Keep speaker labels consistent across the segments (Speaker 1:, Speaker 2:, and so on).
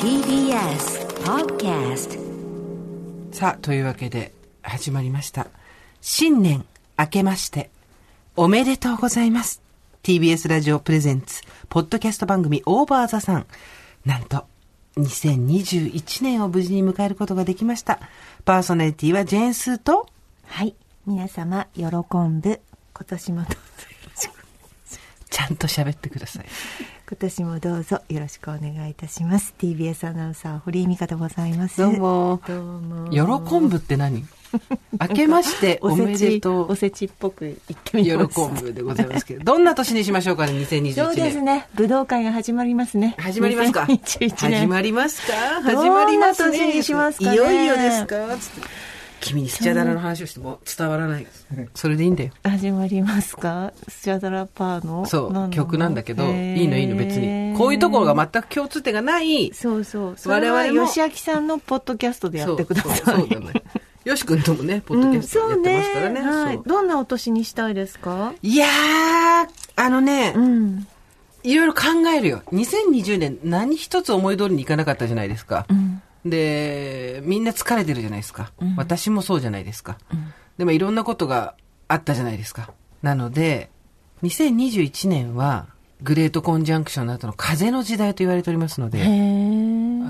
Speaker 1: TBS Podcast
Speaker 2: さあ、というわけで始まりました。新年明けまして、おめでとうございます。TBS ラジオプレゼンツ、ポッドキャスト番組オーバーザさん。なんと、2021年を無事に迎えることができました。パーソナリティはジェーンスーと、
Speaker 3: はい。皆様、喜んぶ。今年もどうぞ、
Speaker 2: ちゃんと喋ってください。
Speaker 3: 今年もどうぞよろしくお願いいたします。TBS アナウンサー、堀井美香でございます。
Speaker 2: どう。も。
Speaker 3: どうも。
Speaker 2: 喜ぶって何明けまして おめでと
Speaker 3: お
Speaker 2: う。
Speaker 3: せちっぽく言ってみ
Speaker 2: 喜
Speaker 3: ます。
Speaker 2: ぶでございますけど、どんな年にしましょうかね、2021年。
Speaker 3: そうですね。武道会が始まりますね。
Speaker 2: 始まりますか
Speaker 3: 2021年。
Speaker 2: 始まりますか
Speaker 3: ど
Speaker 2: 始まり
Speaker 3: ん
Speaker 2: ま
Speaker 3: な
Speaker 2: すね
Speaker 3: 年にしますかね
Speaker 2: いよいよですかつって君にスチャダラの話をしても伝わらないそれでいいんだよ
Speaker 3: 始まりますかスチャダラパーの。
Speaker 2: そう
Speaker 3: 何なの
Speaker 2: 曲なんだけどいいのいいの別にこういうところ。
Speaker 3: へー
Speaker 2: が全く共通点がない
Speaker 3: そうそう。そ
Speaker 2: 我
Speaker 3: れ
Speaker 2: 々
Speaker 3: は
Speaker 2: も
Speaker 3: 吉明さんのポッドキャストでやってください。
Speaker 2: そうそうそうだねよし君ともねポッドキャストやってますからね,、
Speaker 3: うんそうねはい
Speaker 2: そう
Speaker 3: どんなお年にしたいですか
Speaker 2: いやーあのね、
Speaker 3: うん
Speaker 2: いろいろ考えるよ2020年何一つ思い通りにいかなかったじゃないですか、
Speaker 3: うん
Speaker 2: で、みんな疲れてるじゃないですか。私もそうじゃないですか。でもいろんなことがあったじゃないですか。なので、2021年は、グレートコンジャンクションの後の風の時代と言われておりますの
Speaker 3: へ
Speaker 2: で、
Speaker 3: え
Speaker 2: あ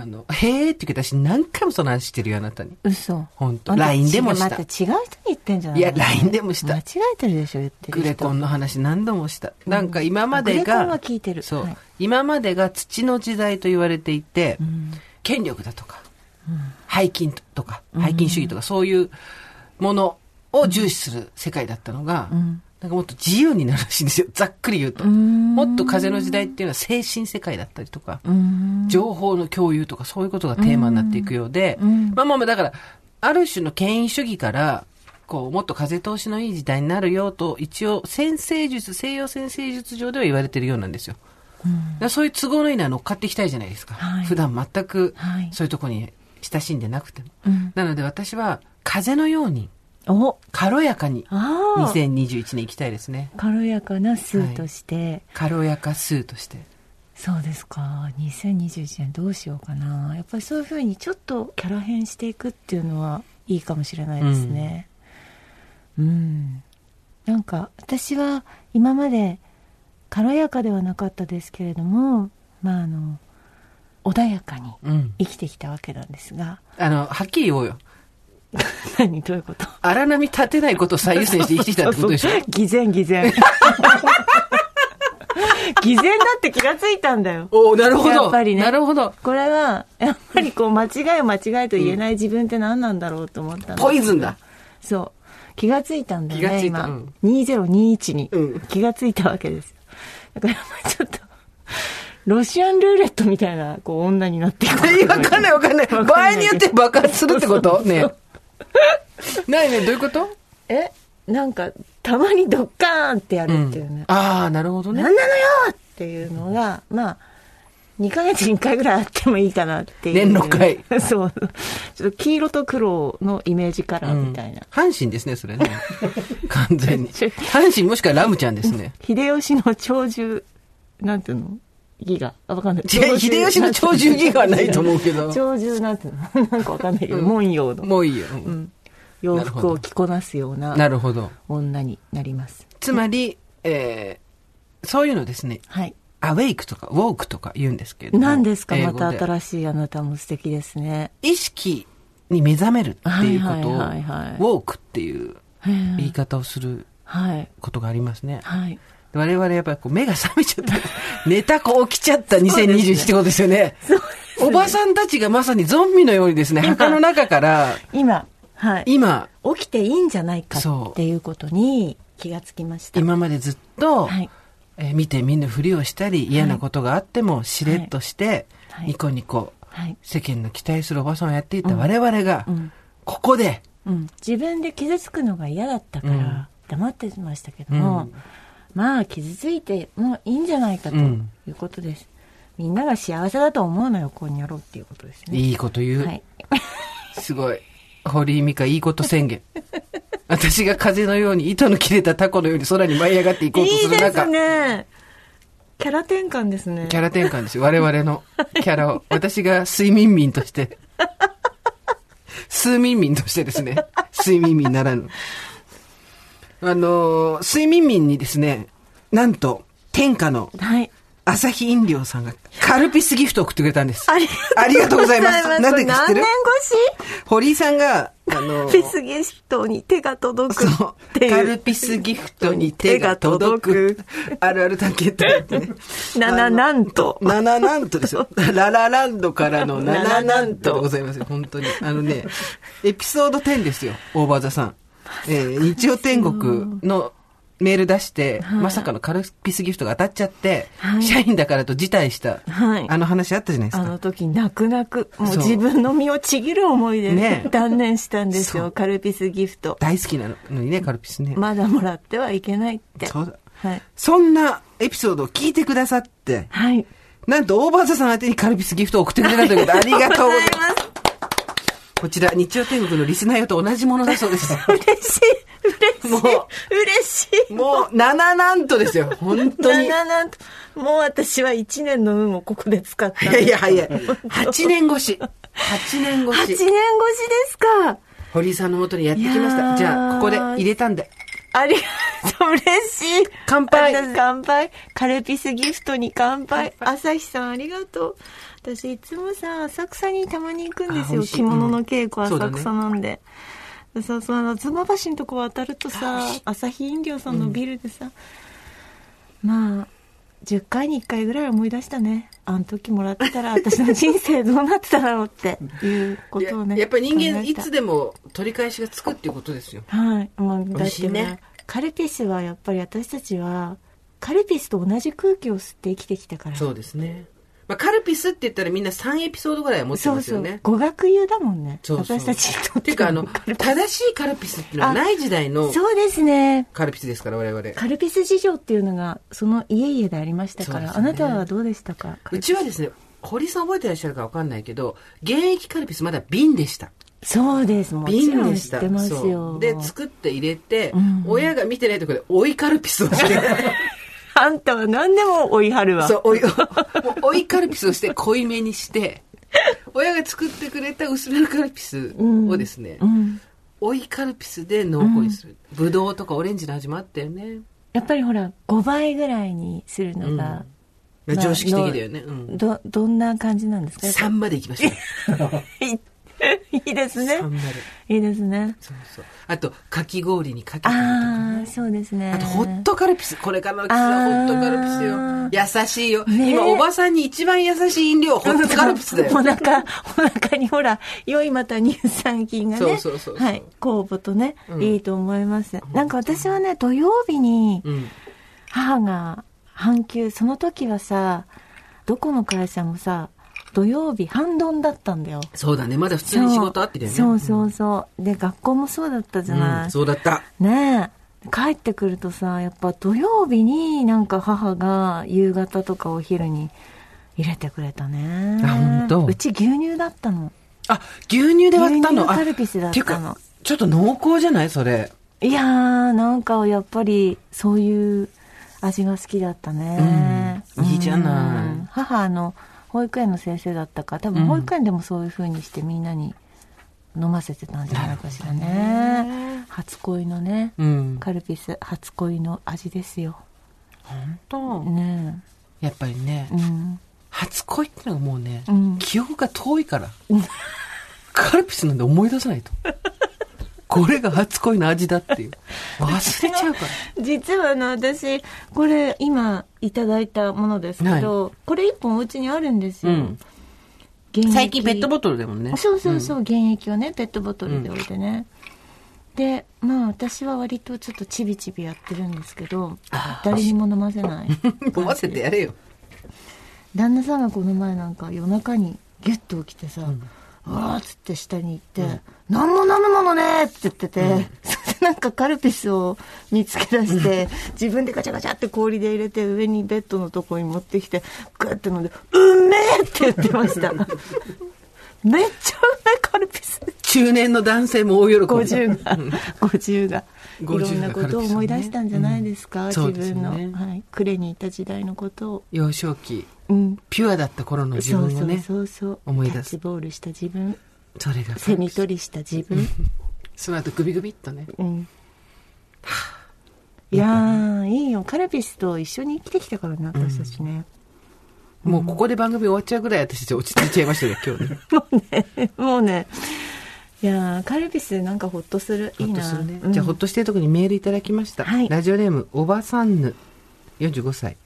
Speaker 2: の、へーって言うけど私何回もその話してるよ、あなたに。
Speaker 3: 嘘
Speaker 2: ほんと
Speaker 3: あた
Speaker 2: LINE でもした
Speaker 3: 違う待って違う人に言ってんじゃない
Speaker 2: いや、LINE でもし
Speaker 3: 間
Speaker 2: た
Speaker 3: 違。えてるでしょ言ってる人
Speaker 2: グレコンの話何度もした。なんか今までが、
Speaker 3: グレコンは聞いてる
Speaker 2: そう、
Speaker 3: はい
Speaker 2: 今までが土の時代と言われていて、
Speaker 3: ん
Speaker 2: 権力だとか、背筋とか、背筋主義とか、そういうものを重視する世界だったのが、
Speaker 3: ん
Speaker 2: なんかもっと自由になるらしいんですよ。ざっくり言うと。
Speaker 3: ん
Speaker 2: もっと風の時代っていうのは精神世界だったりとか、
Speaker 3: うん
Speaker 2: 情報の共有とかそういうことがテーマになっていくようで、
Speaker 3: うん
Speaker 2: まあまあまあだから、ある種の権威主義から、こう、もっと風通しのいい時代になるよと、一応、先生術、西洋先生術上では言われてるようなんですよ。だからそういう都合のいいのは乗っかっていきたいじゃないですか。
Speaker 3: はい
Speaker 2: 普段全く
Speaker 3: はい、
Speaker 2: そういうとこに親しんでなくても。
Speaker 3: うん
Speaker 2: なので私は、風のように、
Speaker 3: お
Speaker 2: 軽やかに、
Speaker 3: ああ
Speaker 2: 2021年行きたいですね。
Speaker 3: 軽やかな数として、
Speaker 2: 軽やか数として。
Speaker 3: そうですか2021年どうしようかなやっぱりそういうふうにちょっとキャラ変していくっていうのはいいかもしれないですねうん、なんか私は今まで軽やかではなかったですけれどもまああの穏やかに
Speaker 2: うん。
Speaker 3: 生きてきたわけなんですが
Speaker 2: あの、はっきり言おうよ。
Speaker 3: 何どういうこと
Speaker 2: 荒波立てないことを最優先して生きてきたってことでしょ
Speaker 3: 偽善偽善偽善だって気がついたんだよ
Speaker 2: おおなるほど
Speaker 3: やっぱりね
Speaker 2: なるほど
Speaker 3: これはやっぱりこう間違いを間違いと言えない自分って何なんだろうと思ったの、
Speaker 2: ポイズンだ
Speaker 3: そう気がついたんだよ
Speaker 2: 気がつ
Speaker 3: ね
Speaker 2: いた
Speaker 3: 今、
Speaker 2: うん
Speaker 3: 2021に、
Speaker 2: うん
Speaker 3: 気がついたわけですだからまあちょっとロシアンルーレットみたいなこう女になっていく
Speaker 2: いやわかんないわかんない
Speaker 3: かんない
Speaker 2: 場合によって爆発するってことねないねどういうこと
Speaker 3: えなんかたまにドッカーンってや
Speaker 2: う
Speaker 3: るっていうね
Speaker 2: ん、ああなるほどね
Speaker 3: 何なのよっていうのがまあ2ヶ月に1回ぐらいあってもいいかなっていう
Speaker 2: 年六回
Speaker 3: そうちょっと黄色と黒のイメージカラーみたいな、
Speaker 2: 阪神ですねそれ ね完全に
Speaker 3: ちょ
Speaker 2: 阪神もしくはラムちゃんですね
Speaker 3: 秀吉の長寿なんていうのギガあわかんない
Speaker 2: 違う秀吉の長寿ギガはないと思うけど
Speaker 3: 長寿なんていうの なんかわかんないけど文様の
Speaker 2: もういいよ、うん
Speaker 3: うん洋服を着こなすよう
Speaker 2: な
Speaker 3: な
Speaker 2: るほど
Speaker 3: 女になります
Speaker 2: つまり、えー、そういうのですね
Speaker 3: はい
Speaker 2: アウェイクとかウォークとか言うんですけれども
Speaker 3: 何ですか
Speaker 2: 英
Speaker 3: ま
Speaker 2: 語
Speaker 3: た新しいあなたも素敵ですね
Speaker 2: 意識に目覚めるっていうことを、
Speaker 3: はいはいはいはい
Speaker 2: ウォークっていう言い
Speaker 3: は
Speaker 2: 方をする
Speaker 3: い
Speaker 2: ことがありますね。
Speaker 3: はい
Speaker 2: 我々やっぱりこう目が覚めちゃっ た。寝た子起きちゃった2021ってことですよね。おばさんたちがまさにゾンビのように ですね、墓の中から
Speaker 3: 今はい
Speaker 2: 今、
Speaker 3: 起きていいんじゃないか
Speaker 2: そう
Speaker 3: っていうことに気がつきました。
Speaker 2: 今までずっと、
Speaker 3: はい
Speaker 2: えー見て見ぬふりをしたり嫌なことがあってもしれっとして、
Speaker 3: はい
Speaker 2: ニコニコ
Speaker 3: はい。
Speaker 2: 世間の期待するおばさんをやっていた我々が、
Speaker 3: うん。
Speaker 2: ここで、
Speaker 3: うん。自分で傷つくのが嫌だったか
Speaker 2: うん
Speaker 3: ら黙ってましたけども、
Speaker 2: うん
Speaker 3: まあ傷ついてもいいんじゃないかと
Speaker 2: うん
Speaker 3: いうことです。みんなが幸せだと思うのよ、こうにやろうっていうことですね。
Speaker 2: いいこと言う。
Speaker 3: はい。
Speaker 2: すごい。堀井美香、いいこと宣言。 私が風のように、糸の切れたタコのように空に舞い上がっていこうと
Speaker 3: い
Speaker 2: す
Speaker 3: い
Speaker 2: る
Speaker 3: です
Speaker 2: 中、
Speaker 3: ね。キャラ転換ですね
Speaker 2: キャラ転換ですよ。我々のキャラを。私が睡眠民として。睡眠民としてですね。睡眠民ならぬ。あのー睡眠民にですね、なんと、天下の
Speaker 3: はい
Speaker 2: 朝日飲料さんがカルピスギフトを送ってくれたんです。
Speaker 3: あり
Speaker 2: ありがとうございます。なんでか知ってる
Speaker 3: 何年
Speaker 2: 堀井さんが、あの
Speaker 3: 越
Speaker 2: ー
Speaker 3: しフェスゲストに手が届く
Speaker 2: そ
Speaker 3: って
Speaker 2: う。カル
Speaker 3: いう。
Speaker 2: ピスギフトに手が届く。 あるある探検隊ってね。
Speaker 3: なななんと。
Speaker 2: ナナなんと ですよ。ララランドからのナナなんとでございますよ。本当に。あのね、エピソード10ですよ、オーバーザさん。えー日曜天国のメール出して、まさかのカルピスギフトが当たっちゃって、
Speaker 3: はい
Speaker 2: 社員だからと辞退した、
Speaker 3: はい
Speaker 2: あの話あったじゃないで
Speaker 3: あ
Speaker 2: すか
Speaker 3: の。時泣く泣く、も
Speaker 2: そ
Speaker 3: う
Speaker 2: う
Speaker 3: 自分の身をちぎる思いで、
Speaker 2: ね
Speaker 3: 断念したんです
Speaker 2: そ
Speaker 3: よ。
Speaker 2: う
Speaker 3: カルピスギフト。
Speaker 2: 大好きなのにね、カルピスね。
Speaker 3: まだもらってはいけないって。
Speaker 2: そうだ
Speaker 3: はい。
Speaker 2: そんなエピソードを聞いてくださって、
Speaker 3: はい。
Speaker 2: なんとオーバーザさん宛てにカルピスギフトを送ってくれたという ことで、ありがとうございます。こちら、日曜天国のリスナー用と同じものだそうです。
Speaker 3: 嬉しい、嬉
Speaker 2: も
Speaker 3: し
Speaker 2: う
Speaker 3: い、嬉しい。
Speaker 2: もう、なななんとですよ。本当に。い
Speaker 3: なななんと、もう私は一年の運をここで使った。
Speaker 2: やいや、早い。8年越し。8年越
Speaker 3: 8年越し
Speaker 2: し。
Speaker 3: ですか。
Speaker 2: 堀井さんの元にやってきまし
Speaker 3: いや
Speaker 2: た。
Speaker 3: ー
Speaker 2: じゃあ、ここで入れたんで。
Speaker 3: ありがとう、嬉しい。
Speaker 2: 乾杯
Speaker 3: あ乾杯。カルピスギフトに乾杯。朝日さん、ありがとう。私、いつもさ、浅草にたまに行くんで
Speaker 2: あ
Speaker 3: す
Speaker 2: 美
Speaker 3: よ。
Speaker 2: 味しい
Speaker 3: 着物の稽
Speaker 2: う
Speaker 3: 古、
Speaker 2: んそうだ
Speaker 3: 浅
Speaker 2: ね
Speaker 3: 草なんで。でさ、その、妻橋のとこ渡るとさ、朝日飲料さんのビルでさ、まあ、10回に1回ぐらいは思い出したね。あの時もらってたら、私の人生どうなってただろうっていうことをね。
Speaker 2: ややっぱり人間、
Speaker 3: 考え
Speaker 2: い
Speaker 3: た
Speaker 2: つでも取り返しがつくっていうことですよ。
Speaker 3: はい。もう
Speaker 2: 美味しいね
Speaker 3: だってほらカルピスはやっぱり私たちは、カルピスと同じ空気を吸って生きてきたから。
Speaker 2: そうですね。まあ、カルピスって言ったらみんな3エピソードぐらいは持って
Speaker 3: そ
Speaker 2: ま
Speaker 3: う
Speaker 2: す
Speaker 3: そ
Speaker 2: よ
Speaker 3: う
Speaker 2: ね。
Speaker 3: 語学友だもんね。
Speaker 2: そうそう
Speaker 3: 私たちにとって
Speaker 2: いうか、あの、
Speaker 3: カルピ
Speaker 2: 正しいカルピスっていうのは
Speaker 3: あ
Speaker 2: ない時代の
Speaker 3: ス そうですね。
Speaker 2: カルピスですから、我々。
Speaker 3: カルピス事情っていうのが、その家々でありましたか
Speaker 2: そうで
Speaker 3: ら、
Speaker 2: す
Speaker 3: あ
Speaker 2: ね
Speaker 3: なたはどうでしたか
Speaker 2: うちはですね、堀井さん覚えてらっしゃるかわかんないけど、現役カルピスまだ瓶でした。
Speaker 3: そうです。もち
Speaker 2: 瓶
Speaker 3: ろん
Speaker 2: で
Speaker 3: 知
Speaker 2: し。
Speaker 3: ったてます
Speaker 2: そ
Speaker 3: よ。
Speaker 2: うで、作って入れて、
Speaker 3: ん
Speaker 2: 親が見てないところで、追いカルピスをして、
Speaker 3: あんたは何でも追い張るわ。
Speaker 2: そう、追い、もう追いカルピスをして、濃いめにして、親が作ってくれた薄めのカルピスをですね、
Speaker 3: うん。
Speaker 2: 追いカルピスで濃厚にする。ぶどうとかオレンジの味もあったよね。
Speaker 3: やっぱりほら、5倍ぐらいにするのが、まあ
Speaker 2: 常識的だよね。うん。
Speaker 3: ど、どんな感じなんですか
Speaker 2: 3まで行きました。
Speaker 3: い いですね
Speaker 2: 3。まで。
Speaker 3: いいですね。
Speaker 2: そうそう。あと、かき氷にかけたりとかね。
Speaker 3: ああ、そうですね。
Speaker 2: あと、ホットカルピス。これからの季節はホットカルピスよ。優しいよ。今、おばさんに一番優しい 飲料、ホットカルピスだ
Speaker 3: お
Speaker 2: よ。
Speaker 3: 腹、お腹にほら、良いまた乳酸菌がね。
Speaker 2: そうそうそうそう
Speaker 3: はい。酵母とね、
Speaker 2: うん
Speaker 3: いいと思います。なんか私はね、土曜日に
Speaker 2: うん。
Speaker 3: 母が半休、その時はさ、どこの会社もさ、土曜日半ドンだったんだよ。
Speaker 2: そうだね。まだ普通に仕事あってだよね。
Speaker 3: そうそうそう。で、学校もそうだったじゃない。
Speaker 2: うんそうだった。
Speaker 3: ねえ帰ってくるとさやっぱ土曜日になんか母が夕方とかお昼に入れてくれたね
Speaker 2: あ本当
Speaker 3: うち牛乳だったの
Speaker 2: あ、牛乳で割ったの。
Speaker 3: 牛乳
Speaker 2: あ
Speaker 3: カルピスだったの
Speaker 2: ていうか、ちょっと濃厚じゃないそれ。
Speaker 3: いやーなんかやっぱりそういう味が好きだったね、
Speaker 2: うんいいじゃない
Speaker 3: うん母あの保育園の先生だったから多分保育園でもそういう風にしてみんなに飲ませてたんじゃないかしらね初恋のね、
Speaker 2: うん。
Speaker 3: カルピス初恋の味ですよ
Speaker 2: 本当。
Speaker 3: ね
Speaker 2: やっぱりね
Speaker 3: え、うん
Speaker 2: 初恋ってのがもうね
Speaker 3: うん、
Speaker 2: 記憶が遠いから。カルピスなんで思い出さないと。これが初恋の味だっていう。忘れちゃうから。
Speaker 3: 実はあの私これ今いただいたものですけど、これ一本お家にあるんですよ、
Speaker 2: うん
Speaker 3: 現役
Speaker 2: 最近ペットボトルだもんね。
Speaker 3: そうそうそう、現液をねペットボトルで置いてね、でまあ私は割とちょっとちびちびやってるんですけど誰にも飲ませない
Speaker 2: 飲ませてやれよ。
Speaker 3: 旦那さんがこの前なんか夜中にギュッと起きてさ、うわーっつって下に行って「な、んも飲むものね!」って言ってて、 それでなんかカルピスを見つけ出して、自分でガチャガチャって氷で入れて上にベッドのとこに持ってきてグッて 飲んで「うんめえ!」って言ってましためっちゃうめえカルピス
Speaker 2: 中年の男性も大喜び。
Speaker 3: 50が50がい
Speaker 2: 50
Speaker 3: ろんなことを思い出したんじゃないですか、
Speaker 2: うんそうで
Speaker 3: 自
Speaker 2: す
Speaker 3: 分
Speaker 2: ね
Speaker 3: の、はい、暮れにいた時代のことを、
Speaker 2: 幼少期、
Speaker 3: うん、
Speaker 2: ピュアだった頃の自分をね、そ
Speaker 3: そうそうそうそう
Speaker 2: 思い出す
Speaker 3: キャッチボールした自分
Speaker 2: れが、
Speaker 3: セミ取りした自分、
Speaker 2: その後グビグビっとね。
Speaker 3: うん、いやーいいよカルピスと一緒に生きてきたからね私たちね、
Speaker 2: もうここで番組終わっちゃうぐらい私たち落ち着いちゃいましたね、今日ね。
Speaker 3: もうねいやーカルピスなんかほっとする いい
Speaker 2: ほっと
Speaker 3: な
Speaker 2: するね。
Speaker 3: うん
Speaker 2: じゃあ、ほっとしてるとこにメールいただきました。
Speaker 3: はい
Speaker 2: ラジオネーム、おばさんぬ、45歳。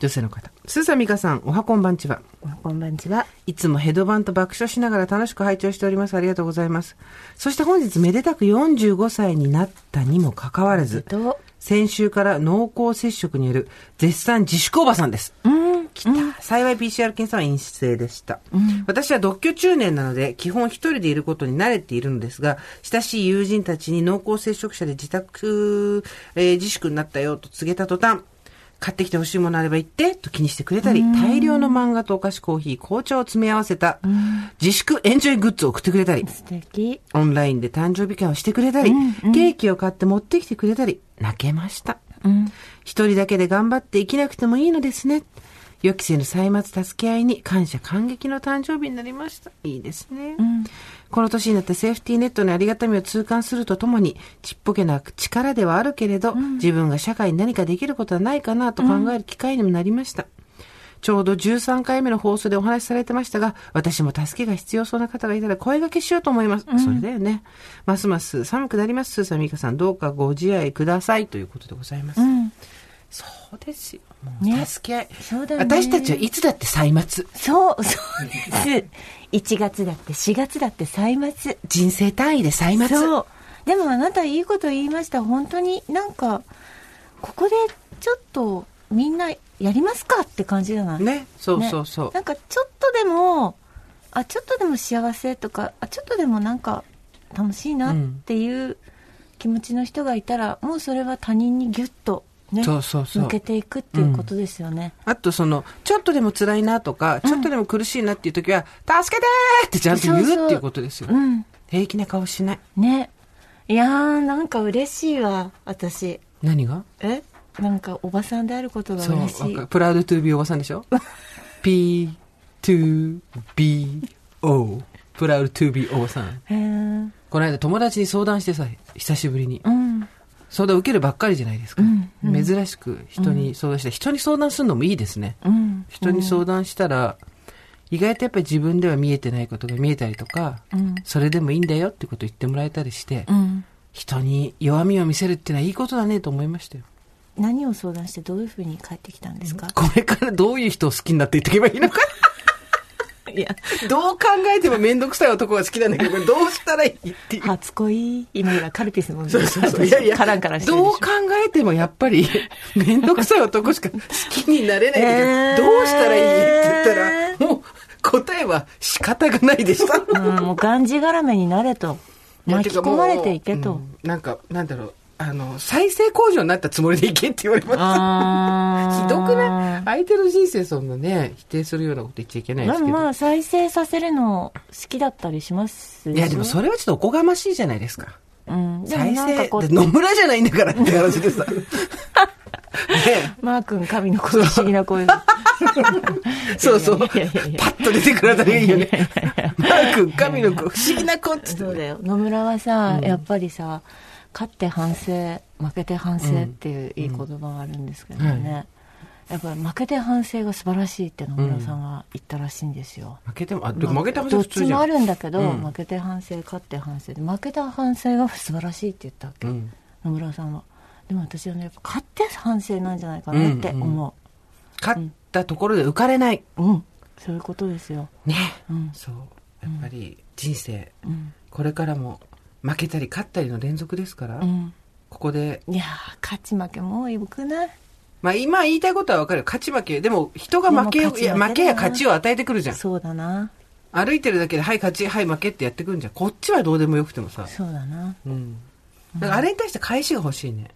Speaker 2: 女性の方。スーサミカさん、おはこんばんちは。
Speaker 3: こんばんちはい
Speaker 2: つもヘドバンと爆笑しながら楽しく拝聴しております。ありがとうございます。そして本日めでたく45歳になったにもかかわらず、
Speaker 3: と
Speaker 2: 先週から濃厚接触による絶賛自粛おばさんです。
Speaker 3: うん来た、
Speaker 2: 幸い PCR 検査は陰性でした、私は独居中年なので基本一人でいることに慣れているのですが親しい友人たちに濃厚接触者で自宅、えー自粛になったよと告げた途端買ってきて欲しいものあれば言ってと気にしてくれたり大量の漫画とお菓子コーヒー紅茶を詰め合わせた自粛エンジョイグッズを送ってくれたり
Speaker 3: 素敵
Speaker 2: オンラインで誕生日会をしてくれたり、ケーキを買って持ってきてくれたり、泣けました。一人だけで頑張って生きなくてもいいのですね。予期せぬ歳末助け合いに感謝感激の誕生日になりました。いいですね。この年になってセーフティーネットのありがたみを痛感するとともに、ちっぽけな力ではあるけれど、自分が社会に何かできることはないかなと考える機会にもなりました。ちょうど13回目の放送でお話しされてましたが、私も助けが必要そうな方がいたら声掛けしようと思います。それだよね。ますます寒くなります。スーサミーカさん、どうかご自愛くださいということでございます。
Speaker 3: うん
Speaker 2: そうですよ。
Speaker 3: ね
Speaker 2: 助け合い。
Speaker 3: そうだね
Speaker 2: 私たちはいつだって歳末。
Speaker 3: そうそう です1月だって4月だって歳末
Speaker 2: 人生単位で歳末。
Speaker 3: そうでもあなたいいこと言いました本当になんかここでちょっとみんなやりますかって感じじゃない、
Speaker 2: ね。そうそうそう。
Speaker 3: なんかちょっとでもあちょっとでも幸せとかあちょっとでもなんか楽しいなっていう気持ちの人がいたら、もうそれは他人にギュッとね
Speaker 2: そうそうそう
Speaker 3: 向けていくっていうことですよね、
Speaker 2: あとその、ちょっとでも辛いなとか、ちょっとでも苦しいなっていう時は、助けてーってちゃんと言
Speaker 3: そうそう
Speaker 2: うっていうことですよ。
Speaker 3: うん
Speaker 2: 平気な顔しない。
Speaker 3: ねいやーなんか嬉しいわ私
Speaker 2: 何が
Speaker 3: えなんかおばさんであることが
Speaker 2: そう
Speaker 3: 嬉しい
Speaker 2: わかプラウドトゥービーおばさんでし ょ p to b o プラウドトゥービーおばさん
Speaker 3: へー
Speaker 2: この間友達に相談してさ久しぶりに
Speaker 3: うん
Speaker 2: 相談受けるばっかりじゃないですか、珍しく人に相談して、人に相談するのもいいですね
Speaker 3: うん
Speaker 2: 人に相談したら、意外とやっぱり自分では見えてないことが見えたりとか、
Speaker 3: うん
Speaker 2: それでもいいんだよってことを言ってもらえたりして、
Speaker 3: うん
Speaker 2: 人に弱みを見せるってのはいいことだねと思いましたよ
Speaker 3: 何を相談してどういうふうに帰ってきたんですか
Speaker 2: これからどういう人を好きになっていっていけばいいのか
Speaker 3: いや
Speaker 2: どう考えても面倒くさい男が好きなんだけど、これどうしたらいいっていう。
Speaker 3: 初恋今今カルピス飲んで
Speaker 2: そう
Speaker 3: る
Speaker 2: そう そう。いやいや、
Speaker 3: カランカランしてるでし
Speaker 2: どう
Speaker 3: ょ
Speaker 2: 考えてもやっぱり、面倒くさい男しか好きになれないんだけど、
Speaker 3: えー
Speaker 2: どうしたらいいって言ったら、もう答えは仕方がないで した。
Speaker 3: うん、もうがんじがらめになれと
Speaker 2: なん
Speaker 3: 巻
Speaker 2: てい
Speaker 3: き
Speaker 2: うかも
Speaker 3: 込
Speaker 2: う
Speaker 3: まれていけと、
Speaker 2: うんなんか、なんだろう、あの、再生工場になったつもりでいけって言われました。
Speaker 3: あ
Speaker 2: ひどくない相手の人生そんなね、否定するようなこと言っちゃいけない
Speaker 3: い
Speaker 2: で
Speaker 3: ますあ
Speaker 2: けど。
Speaker 3: まあ再生させるの好きだったりします
Speaker 2: いや、でもそれはちょっとおこがましいじゃないですか。
Speaker 3: うんでも
Speaker 2: 再
Speaker 3: なんか
Speaker 2: 生
Speaker 3: こ
Speaker 2: で野村じゃないんだからって話でさね
Speaker 3: うマー君神の声不思議な声
Speaker 2: えそうそうパ
Speaker 3: いやいやいや
Speaker 2: ッと出てくるあたりがいいよねマー君神の子不思議な子っつって
Speaker 3: そう
Speaker 2: ね
Speaker 3: だよ野村はさ、やっぱりさ勝って反省負けて反省っていういい言葉があるんですけどね、
Speaker 2: うんは
Speaker 3: やっぱり負けて反省が素晴らしいって野村さんが言ったらしいんですよ、
Speaker 2: 負けてもあでも負けた話
Speaker 3: ど
Speaker 2: 普
Speaker 3: っち
Speaker 2: 通じ
Speaker 3: も
Speaker 2: ゃ
Speaker 3: あ
Speaker 2: ん
Speaker 3: るんだけど、
Speaker 2: うん
Speaker 3: 負けて反省勝って反省で負けた反省が素晴らしいって言ったわけ、
Speaker 2: うん
Speaker 3: 野村さんはでも私はねやっぱ勝って反省なんじゃないかなって思
Speaker 2: 勝ったところで浮かれない、
Speaker 3: ううん、そういうことですよ
Speaker 2: ね
Speaker 3: うん
Speaker 2: そうやっぱり人生、
Speaker 3: うん
Speaker 2: これからも負けたり勝ったりの連続ですから、
Speaker 3: うん
Speaker 2: ここで
Speaker 3: いやー勝ち負けもうよくない
Speaker 2: まあ今言いたいことは分かるよ勝ち負けでも人が負けを
Speaker 3: でも勝
Speaker 2: い
Speaker 3: ち負けだ
Speaker 2: や
Speaker 3: な
Speaker 2: 負けや勝ちを与えてくるじゃん
Speaker 3: そうだな
Speaker 2: 歩いてるだけではい勝ちはい負けってやってくるんじゃんこっちはどうでもよくてもさ
Speaker 3: そうだな
Speaker 2: うん、だからあれに対して返しが欲しいね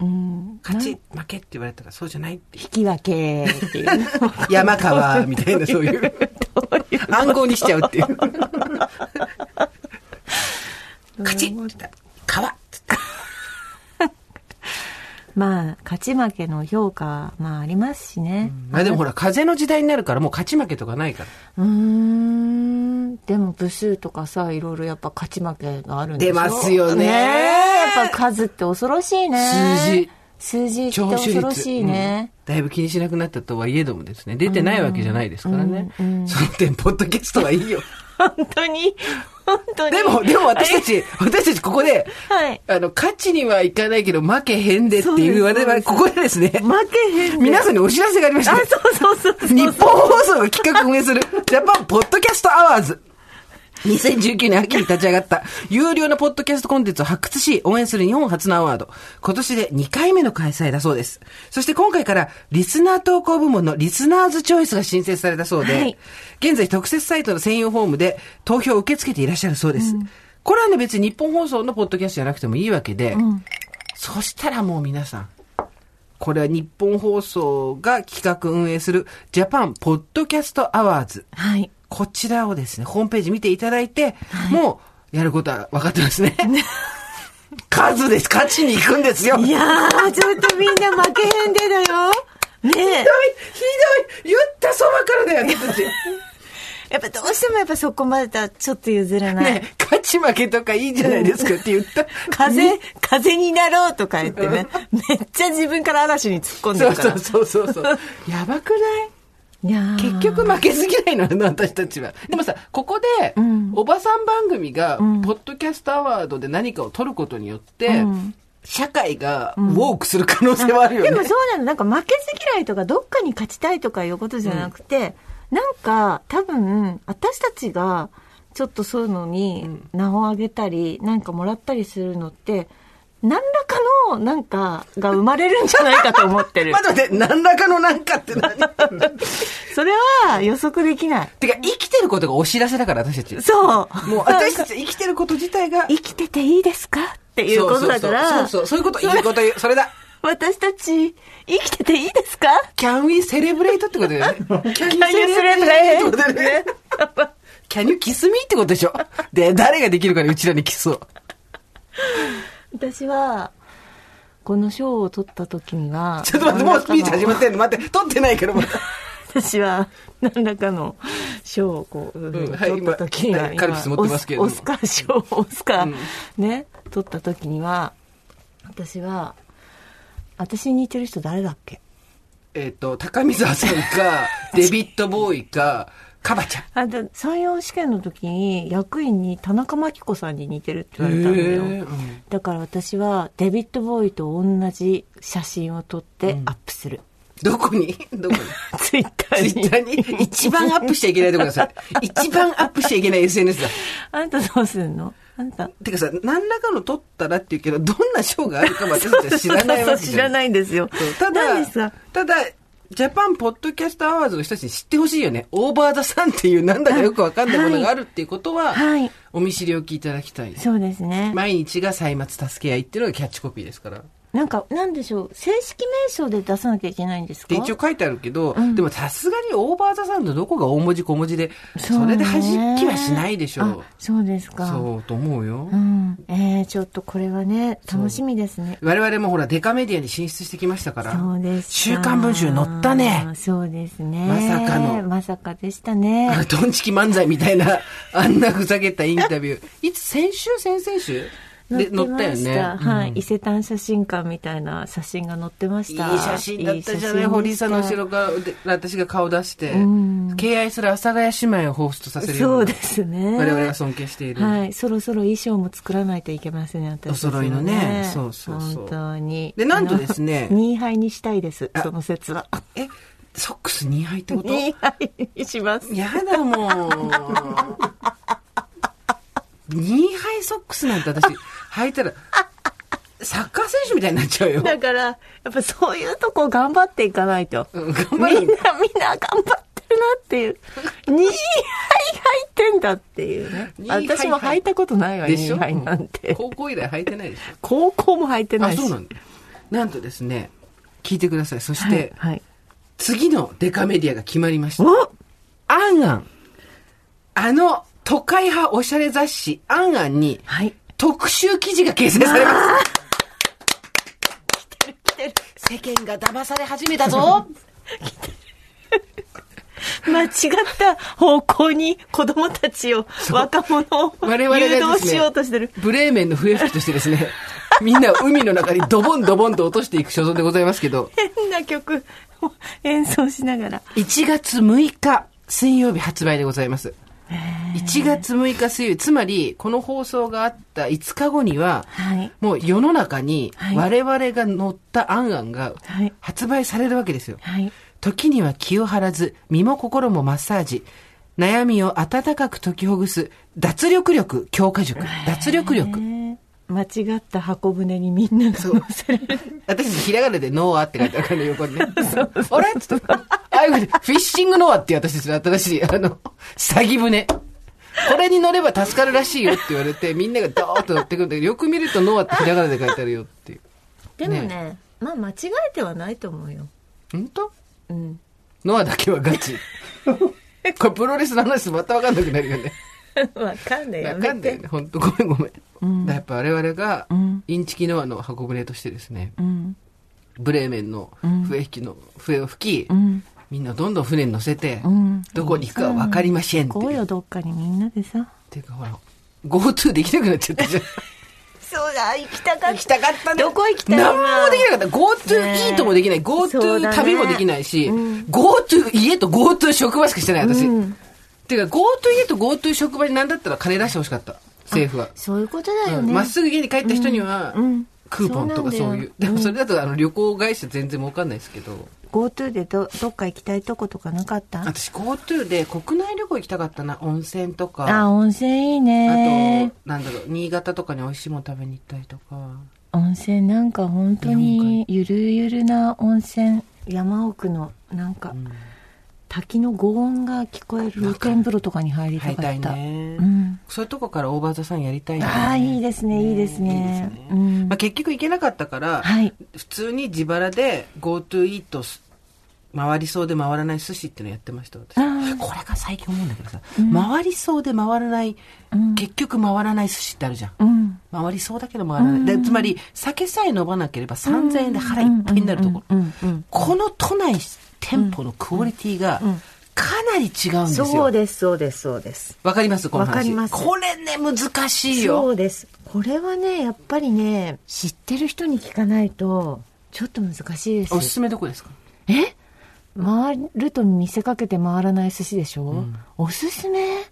Speaker 3: うん
Speaker 2: 勝
Speaker 3: な
Speaker 2: ち
Speaker 3: ん
Speaker 2: 負けって言われたらそうじゃない っていう
Speaker 3: 引き分けっていう
Speaker 2: 山川 みたいなそういう暗号にしちゃうっていう口って言
Speaker 3: なるほ
Speaker 2: っ
Speaker 3: ど
Speaker 2: た皮って言った
Speaker 3: まあ、勝ち負けの評価、まあありますしね。
Speaker 2: まあでもほら、風の時代になるからもう勝ち負けとかないから。
Speaker 3: うーん。でも部数とかさ、いろいろやっぱ勝ち負けがあるんでしょ
Speaker 2: 出ますよね
Speaker 3: えやっぱ数って恐ろしいね。数字。数字って
Speaker 2: 聴取
Speaker 3: 恐ろ
Speaker 2: 率、
Speaker 3: しいね。
Speaker 2: うんだいぶ気にしなくなったとはいえどもですね、出てないわけじゃないですからね。
Speaker 3: うんうん
Speaker 2: その点、ポッドキャストはいいよ。
Speaker 3: 本当に、本当に。
Speaker 2: でも、でも私 たち、私たちここで、
Speaker 3: はい。
Speaker 2: あの、勝ちにはいかないけど、負けへんでっていう、
Speaker 3: そうです
Speaker 2: 我々、ここでですね、
Speaker 3: 負けへんで
Speaker 2: 皆さんにお知らせがありました
Speaker 3: あ、。そうそうそうそう。
Speaker 2: 日本放送が企画運 営する、ジャパンポッドキャストアワーズ。2019年秋に立ち上がった、有料のポッドキャストコンテンツを発掘し、応援する日本初のアワード。今年で2回目の開催だそうです。そして今回から、リスナー投稿部門のリスナーズチョイスが新設されたそうで、
Speaker 3: はい
Speaker 2: 現在特設サイトの専用フォームで投票を受け付けていらっしゃるそうです。これはね、別に日本放送のポッドキャストじゃなくてもいいわけで、そしたらもう皆さん、これは日本放送が企画運営するジャパンポッドキャストアワーズ。
Speaker 3: はい。
Speaker 2: こちらをですね、ホームページ見ていただいて、もうやることは分かってますね。 数です。勝ちに行くんですよ。ひどい
Speaker 3: いやー、ちょっとみんな負けへんでだよ。ねえ。
Speaker 2: ひどい言ったそばからだよ、私 たち。
Speaker 3: やっぱどうしてもやっぱそこまではちょっと譲れない。
Speaker 2: ね勝ち負けとかいいじゃないですかって言 った。
Speaker 3: 風、風になろうとか言って ね。めっちゃ自分から嵐に突っ込んで
Speaker 2: そう
Speaker 3: るか
Speaker 2: そ
Speaker 3: ら
Speaker 2: う。そうそうそう。やばくない
Speaker 3: いやー
Speaker 2: 結局負けず嫌いなの私たちは。でもさ、ここで、
Speaker 3: ん
Speaker 2: おばさん番組が、ポッドキャストアワードで何かを取ることによって、
Speaker 3: うん
Speaker 2: 社会がウォークする可能性はあるよね。
Speaker 3: でもそうなの。なんか負けず嫌いとかどっかに勝ちたいとかいうことじゃなくて、なんか多分私たちがちょっとそういうのに名を上げたり、なんかもらったりするのって、何らかのなんかが生まれるんじゃないかと思っ てる
Speaker 2: 待。って待って、何らかのなんかって何
Speaker 3: それは予測できない。
Speaker 2: てか、生きてることがお知らせだから、私たち。
Speaker 3: そう。
Speaker 2: もう私たち生きてること自体が、
Speaker 3: 生きてていいですかっていうことだから。
Speaker 2: そうそうそう、そういうこと、いうこと、 それだ。
Speaker 3: 私たち、生きてていいですか
Speaker 2: Can we celebrate ってことだよね。Can
Speaker 3: Can you celebrate？
Speaker 2: ってことだよね。Can you kiss me ってことでしょ。で、誰ができるかにうちらにキスを。
Speaker 3: 私は、この賞を取った時には、
Speaker 2: ちょっと待って、もうスピーチ始ま
Speaker 3: っ
Speaker 2: ってんの待って、撮ってないからまだ。
Speaker 3: 私は、何らかの賞をこう、
Speaker 2: んはい
Speaker 3: 取った時には、
Speaker 2: 今カルピス持ってますけれども
Speaker 3: オスオスカー賞、オスカー、
Speaker 2: うん
Speaker 3: ね、取った時には、私は、私に似てる人誰だっけ
Speaker 2: えっと、高見沢さん か、デビッド・ボーイか、カバちゃん。
Speaker 3: あで採用試験の時に役員に田中真紀子さんに似てるって言われたんだよ、
Speaker 2: へえうん
Speaker 3: だから私はデビッド・ボーイと同じ写真を撮ってアップする、
Speaker 2: どこにど こに
Speaker 3: ツイッタ
Speaker 2: ツイ
Speaker 3: ーに
Speaker 2: ッターに一番アップしちゃいけないとこださ。一番アップしちゃいけない SNS だ。
Speaker 3: あんたどうすんのあんた
Speaker 2: てかさ、何らかの撮ったらっていうけど、どんな賞があるかも私たちは知らないわけ
Speaker 3: そう
Speaker 2: じ
Speaker 3: 知ら
Speaker 2: ゃん。
Speaker 3: ないんですよ
Speaker 2: そうた
Speaker 3: なん
Speaker 2: だ
Speaker 3: ですが、
Speaker 2: ただ、ジャパンポッドキャストアワーズの人たちに知ってほしいよね。オーバーザさんっていうなんだかよくわかんないものがあるっていうことは、
Speaker 3: はい
Speaker 2: お見知りおきいただきたい。
Speaker 3: そうですね、
Speaker 2: 毎日が歳末助け合いっていうのがキャッチコピーですから。
Speaker 3: なんかなんでしょう正式名称で出さなきゃいけないんですか
Speaker 2: で、一応書いてあるけど、でもさすがにオーバーザさんのどこが大文字小文字で、
Speaker 3: そう
Speaker 2: そ
Speaker 3: ね
Speaker 2: れで弾きはしないでしょう
Speaker 3: あ。そうですか
Speaker 2: そうと思うよ。
Speaker 3: うんえー、ちょっとこれはね楽しみですね
Speaker 2: 我々もほら、デカメディアに進出してきましたから。
Speaker 3: そうですか
Speaker 2: 週刊文春載ったね。
Speaker 3: そうですね
Speaker 2: まさかの
Speaker 3: まさかでしたね
Speaker 2: あのドンチキ漫才みたいな、 あんなふざけたインタビュー。いつ、先週、先々週で、載
Speaker 3: 載って
Speaker 2: っ
Speaker 3: ま
Speaker 2: たよ
Speaker 3: し
Speaker 2: ね。
Speaker 3: たはい、
Speaker 2: うん
Speaker 3: 伊勢丹写真館みたいな写真が載ってま
Speaker 2: い
Speaker 3: し
Speaker 2: い
Speaker 3: た
Speaker 2: 写真だったじゃない
Speaker 3: いい写真でした
Speaker 2: 堀井さんの後ろからで私が顔出して、
Speaker 3: ん
Speaker 2: 敬愛する阿佐ヶ谷姉妹を彷彿とさせるよ
Speaker 3: そうう
Speaker 2: な
Speaker 3: ですね
Speaker 2: 我々が尊敬している、
Speaker 3: はいそろそろ衣装も作らないといけませんね私たちは
Speaker 2: お揃いのねそうそうそう
Speaker 3: 本当に
Speaker 2: でなんとですね
Speaker 3: あの ニーハイにしたいですその説は
Speaker 2: えソックス2杯ってこと
Speaker 3: ニーハイにします
Speaker 2: やだもん2杯ソックスなんて私履いたらサッカー選手みたいになっちゃうよ
Speaker 3: だからやっぱそういうとこ頑張っていかないと
Speaker 2: うん頑張
Speaker 3: みんな、
Speaker 2: る
Speaker 3: みんな頑張ってるなっていう。ニーハイ履いてんだっていうね
Speaker 2: ニ。ーハイ
Speaker 3: 私も履いたことないわ、ニ
Speaker 2: でし
Speaker 3: ー
Speaker 2: ょ
Speaker 3: ハイなんて。
Speaker 2: 高校以来履いてないでしょ
Speaker 3: 高校も履いてな
Speaker 2: あ
Speaker 3: いし。
Speaker 2: そうなんだなんとですね聞いてくださいそし
Speaker 3: は
Speaker 2: て、
Speaker 3: い。はい。
Speaker 2: 次のデカメディアが決まりました
Speaker 3: お
Speaker 2: アンアン。あの、都会派おしゃれ雑誌、アンアンに、
Speaker 3: はい。
Speaker 2: 特集記事が掲載されます。来てる来てる。世間が騙され始めたぞ。
Speaker 4: 間違った方向に子供たちを、若者を
Speaker 2: 我々がです
Speaker 4: 誘
Speaker 2: ね
Speaker 4: 導しようとしてる。
Speaker 2: ブレーメンの笛吹きとしてですね、みんなを海の中にドボンドボンと落としていく所存でございますけど、
Speaker 4: 変な曲 を演奏しながら。
Speaker 2: 1月6日水曜日発売でございます。1月6日水曜日、つまりこの放送があった5日後には、
Speaker 4: はい。
Speaker 2: もう世の中に
Speaker 4: はい
Speaker 2: 我々が乗った案々が
Speaker 4: はい
Speaker 2: 発売されるわけですよ。
Speaker 4: はい。
Speaker 2: 時には気を張らず、身も心もマッサージ。悩みを温かく解きほぐす、脱力力強化塾。脱力力。
Speaker 4: ね間違った箱舟にみんなが乗せられる。
Speaker 2: 私、ひらがなでノーアって書いてあるから横にね。あれちょっと、ああいうことフィッシングノアっていう私たちの新しい、あの、詐欺船。これに乗れば助かるらしいよって言われて、みんながドーッと乗ってくるんだけど、よく見るとノアってひらがなで書いてあるよっていう。
Speaker 3: でもね
Speaker 2: ね
Speaker 3: まあ間違えてはないと思うよ
Speaker 2: 本当
Speaker 3: うん
Speaker 2: ノアだけはガチ。これプロレスの話またわかんなくなるよね。
Speaker 3: わかんない
Speaker 2: わ
Speaker 3: や
Speaker 2: か
Speaker 3: め
Speaker 2: んない
Speaker 3: て
Speaker 2: よね。本当ごめんごめん。だからやっぱ我々が、インチキノアの箱舟としてですね、
Speaker 4: うん。
Speaker 2: ブレーメンの笛引きの、笛を吹き、
Speaker 4: うん。
Speaker 2: みんなどんどん船に乗せて、
Speaker 4: うん。
Speaker 2: どこに行くかわかりませんって
Speaker 4: こう
Speaker 2: いう。
Speaker 4: よ、
Speaker 2: っ
Speaker 4: どっかにみんなでさ。
Speaker 2: ていうかほら、GoTo できなくなっちゃったじゃ ん。
Speaker 3: そうだ行きたかっ
Speaker 2: 行きたかったね。
Speaker 3: どこ行きたい
Speaker 2: 何
Speaker 3: 今
Speaker 2: もできなかった。GoTo イートもできない。
Speaker 3: そう
Speaker 2: GoTo
Speaker 3: だね
Speaker 2: 旅もできないし、GoTo 家と GoTo 職場しかしてない、私。てか、GoTo 家と GoTo 職場に何だったら金出してほしかった。政府は。
Speaker 3: そういうこと
Speaker 2: う
Speaker 3: だよ
Speaker 2: ん
Speaker 3: ね、
Speaker 2: まっすぐ家に帰った人には、クーポンとか
Speaker 3: そう
Speaker 2: そ
Speaker 3: な
Speaker 2: うん
Speaker 3: だ
Speaker 2: い
Speaker 3: よ
Speaker 2: う。でもそれだとあの旅行会社全然儲かんないですけど、
Speaker 4: GoTo でど、どっか行きたいとことかなかった
Speaker 2: 私 GoTo で国内旅行行きたかったな。温泉とか。
Speaker 4: あ、温泉いい
Speaker 2: あ
Speaker 4: ね。
Speaker 2: と、なんだろう、新潟とかに美味しいもの食べに行ったりとか。
Speaker 4: 温泉なんか本当にゆるゆるな温泉。山奥のなんか、滝の轟音が聞こえる露天風呂とかに入り
Speaker 2: 入
Speaker 4: た
Speaker 2: り
Speaker 4: かった。
Speaker 2: たいね。
Speaker 4: うん。
Speaker 2: そういうとこからオーバーザさんやりたいよね
Speaker 4: ああ、いいですね、いいですね。
Speaker 2: いいです
Speaker 4: う
Speaker 2: ね
Speaker 4: ん
Speaker 2: まあ、結局行けなかったから、
Speaker 4: はい。
Speaker 2: 普通に自腹で GoTo イートす回りそうで回らない寿司っていうのやってました私
Speaker 4: あ
Speaker 2: これが最近思うんだけどさ、回りそうで回らない、
Speaker 4: うん
Speaker 2: 結局回らない寿司ってあるじゃん
Speaker 4: うん。
Speaker 2: 回りそうだけど回らない、でつまり酒さえ飲まなければ3000円で腹いっぱいになるところ、
Speaker 4: うんうん。
Speaker 2: この都内店舗のクオリティがかなり違うんですよ。
Speaker 3: そうですそうですそうです
Speaker 2: わかりますこの話。
Speaker 3: わかります
Speaker 2: これね、難しい
Speaker 3: そ
Speaker 2: よ。
Speaker 3: うですこれはねやっぱりね知ってる人に聞かないとちょっと難しいです
Speaker 2: おすすめどこですか
Speaker 4: え回ると見せかけて回らない寿司でしょ、おすすめ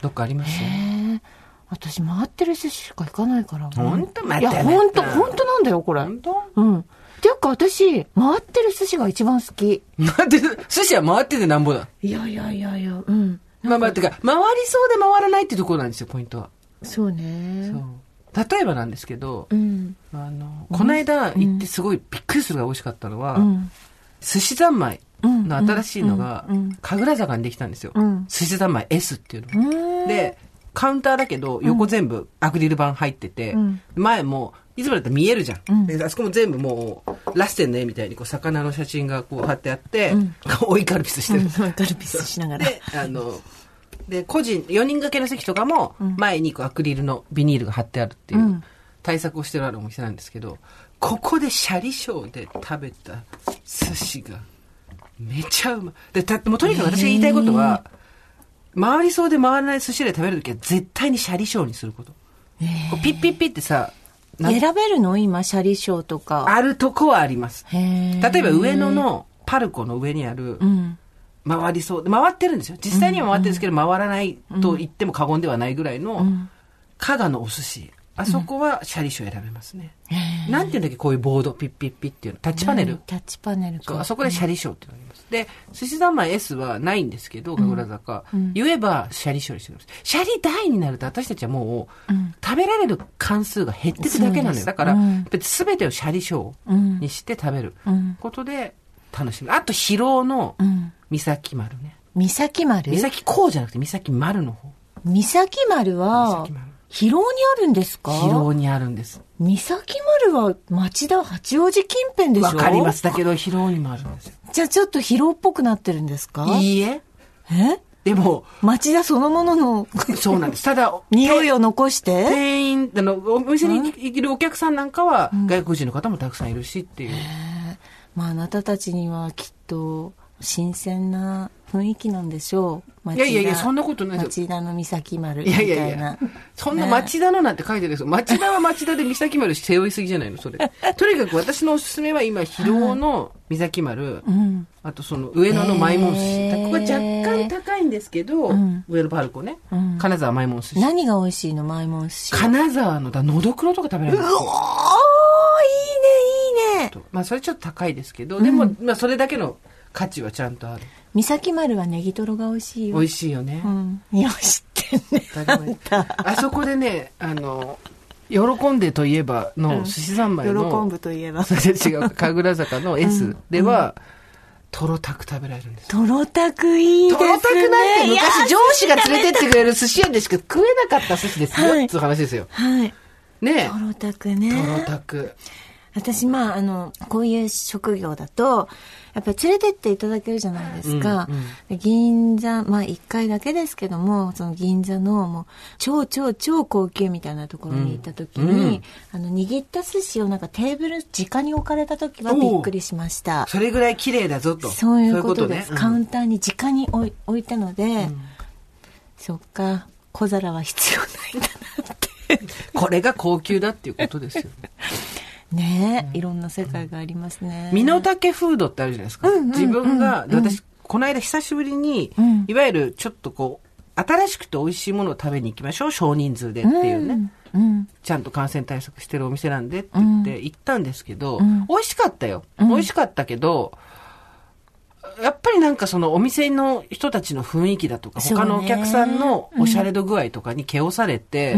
Speaker 2: どっかあります
Speaker 4: えー、私回ってる寿司しか行かないから
Speaker 2: ほんとま
Speaker 4: い
Speaker 2: た
Speaker 4: や
Speaker 2: また
Speaker 4: 本当本当なんだよこれ
Speaker 2: 本当
Speaker 4: うんていうか私回ってる寿司が一番好き
Speaker 2: 待って、寿司は回っててなんぼだ。
Speaker 3: いやいやいやいやうん
Speaker 2: まあまあ、てか、回りそうで回らないってところなんですよ、ポイントは。
Speaker 3: そうね
Speaker 2: そう。例えばなんですけど
Speaker 3: う、ん
Speaker 2: あの、この間行ってすごいびっくりするが美味しかったのは
Speaker 4: う、ん
Speaker 2: 寿司三昧の新しいのが
Speaker 4: うんうんうん、
Speaker 2: 神楽坂にできたんですよ。
Speaker 4: うん
Speaker 2: 寿司三昧 S っていうのが
Speaker 4: うーん
Speaker 2: で、カウンターだけど、横全部アクリル板入ってて、
Speaker 4: ん
Speaker 2: 前も、いつもだったら見えるじゃん。
Speaker 4: うん
Speaker 2: であそこも全部もう、ラッセンの絵みたいに、こう、魚の写真がこう貼ってあって、 追いカルピスしてる。
Speaker 4: うんカルピスしな がら、
Speaker 2: で、あの、で、個人、4人掛けの席とかも、前にこうアクリルのビニールが貼ってあるっていううん対策をしてあるお店なんですけど、ここでシャリショーで食べた寿司が、めちゃうまい。で、たもうとにかく私が言いたいことは、回りそうで回らない寿司で食べるときは絶対にシャリショーにすること。こうピッピッピッってさ、な
Speaker 4: 選べるの今シャリショーとか
Speaker 2: あるとこはあります。
Speaker 4: へえ
Speaker 2: 例えば上野のパルコの上にある、
Speaker 4: うん
Speaker 2: 回りそう。回ってるんですよ。実際には回ってるんですけど、回らないと言っても過言ではないぐらいの、加賀のお寿司。あそこはシャリショ選べますね。なんていうんだっけ、こういうボード、ピッピッピッっていうの。タッチパネル。
Speaker 4: タッチパネル
Speaker 2: そう
Speaker 4: か
Speaker 2: あそこでシャリショーっていうのがあります。で、寿司三昧 S はないんですけど、神楽坂。言えばシャリショーにしてます。シャリ大になると私たちはもう、食べられる関数が減ってくだけな
Speaker 4: そう
Speaker 2: の
Speaker 4: で
Speaker 2: よ。
Speaker 4: す
Speaker 2: だから、
Speaker 4: う
Speaker 2: や
Speaker 4: ん
Speaker 2: っぱり全てをシャリショーにして食べる
Speaker 4: ん
Speaker 2: ことで楽しむ。あと、疲労の
Speaker 4: うん
Speaker 2: 三崎丸ね。
Speaker 4: 三崎丸
Speaker 2: 三崎こうじゃなくて三崎丸の方。
Speaker 4: 三崎丸は
Speaker 2: 三崎丸
Speaker 4: 広尾にあるんですか
Speaker 2: 広尾にあるんです。
Speaker 4: 三崎丸は町田八王子近辺でしょ
Speaker 2: わかりま。す。だけど広尾にもあるんですよ。
Speaker 4: じゃあちょっと広尾っぽくなってるんですか
Speaker 2: いいえ。
Speaker 4: え
Speaker 2: でも、
Speaker 3: 町田そのものの
Speaker 2: そうなんです。ただ、
Speaker 3: 匂いを残して、
Speaker 2: 店員、あの、お店にいるお客さんなんかは、外国人の方もたくさんいるしっていう。
Speaker 3: まあ、あなたたちにはきっと新鮮な雰囲気なんでしょう町
Speaker 2: い
Speaker 3: 田
Speaker 2: やいやいや、そんなことないですよ。
Speaker 3: 町田の岬丸
Speaker 2: い
Speaker 3: みた
Speaker 2: や
Speaker 3: い
Speaker 2: いや
Speaker 3: な
Speaker 2: いや、そんな町田のなんて書いてないですよ。町田は町田で三崎丸背負いすぎじゃないの、 それ。とにかく私のおすすめは今、広尾の三崎丸、
Speaker 3: うん
Speaker 2: あとその上野のマイモン寿司。
Speaker 3: へー
Speaker 2: ここは若干高いんですけど、
Speaker 3: ん
Speaker 2: 上野パルコね。
Speaker 3: うん
Speaker 2: 金沢マイモン寿司。
Speaker 3: 何が美味しいのマイモン寿司
Speaker 2: 金沢のだ、のどくろとか食べられるんです
Speaker 3: おー
Speaker 2: よ。
Speaker 3: いいねいいね
Speaker 2: とまあそれちょっと高いですけど、でも、まあそれだけの価値はちゃんとある。
Speaker 3: 三崎丸はネギトロが美味しいよ
Speaker 2: 美味しいよね
Speaker 3: う。んいや知ってんね
Speaker 2: 当たり前 あそこでね、あの、喜んでといえばの寿司三昧の、
Speaker 3: ぶといえば
Speaker 2: 全 然違う神楽坂の S では、とろたく食べられるんです
Speaker 3: とろたくいいです
Speaker 2: と
Speaker 3: ね
Speaker 2: ろたくなんて
Speaker 3: いや
Speaker 2: 昔上司が連れてってくれる寿司屋でしか食えなかった寿司ですよ、
Speaker 3: はい
Speaker 2: っていう話ですよ
Speaker 3: はい
Speaker 2: ね
Speaker 3: とろたく
Speaker 2: え
Speaker 3: ね
Speaker 2: とろたく
Speaker 3: 私まああのこういう職業だとやっぱり連れてっていただけるじゃないですか、
Speaker 2: うんうん
Speaker 3: で銀座まあ1回だけですけどもその銀座のもう超超超高級みたいなところに行った時に、
Speaker 2: うんうん
Speaker 3: あの握った寿司をなんかテーブル直に置かれた時はびっくりしました
Speaker 2: それぐらい綺麗だぞと
Speaker 3: そういうことですカウ
Speaker 2: ね
Speaker 3: ンターに直に置い置いたので、そっか小皿は必要ないんだなって
Speaker 2: うんこれが高級だっていうことですよね
Speaker 3: ねえ、いろんな世界がありますね
Speaker 2: 身の丈フードってあるじゃないですか、自分がで私この間久しぶりに、
Speaker 3: ん
Speaker 2: いわゆるちょっとこう新しくて美味しいものを食べに行きましょう少人数でっていうね、
Speaker 3: うん
Speaker 2: ちゃんと感染対策してるお店なんでって言って行ったんですけど、
Speaker 3: ん
Speaker 2: 美味しかったよ、美味しかったけど、やっぱりなんかそのお店の人たちの雰囲気だとか、
Speaker 3: そう
Speaker 2: 他
Speaker 3: ね
Speaker 2: のお客さんのおしゃれ度具合とかにけおされて、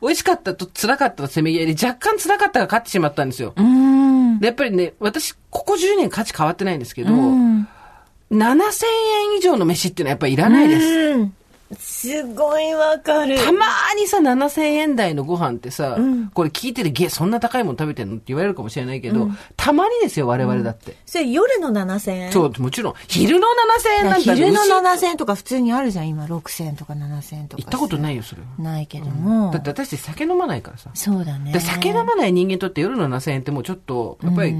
Speaker 2: 美味しかったと辛かったのせめぎ合いで若干辛かったが勝ってしまったんですよ。
Speaker 3: うん
Speaker 2: でやっぱりね、私、ここ10年価値変わってないんですけど、
Speaker 3: うん
Speaker 2: 7000円以上の飯っていうのはやっぱいらないです。
Speaker 3: うんすごいわかる。
Speaker 2: たまーにさ、7000円台のご飯ってさ、これ聞いてて、げ、そんな高いもの食べてんのって言われるかもしれないけど、たまにですよ、我々だって。
Speaker 3: それ夜の7000円
Speaker 2: そう、もちろん、昼の7000円なんて
Speaker 3: 昼の
Speaker 2: 牛
Speaker 3: 7000円とか普通にあるじゃん、今。6000円とか7000円とか。
Speaker 2: 行ったことないよ、それは。
Speaker 3: ないけども。
Speaker 2: だって私たち酒飲まないからさ。
Speaker 3: そうだね。
Speaker 2: で酒飲まない人間にとって夜の7000円ってもうちょっと、やっぱり、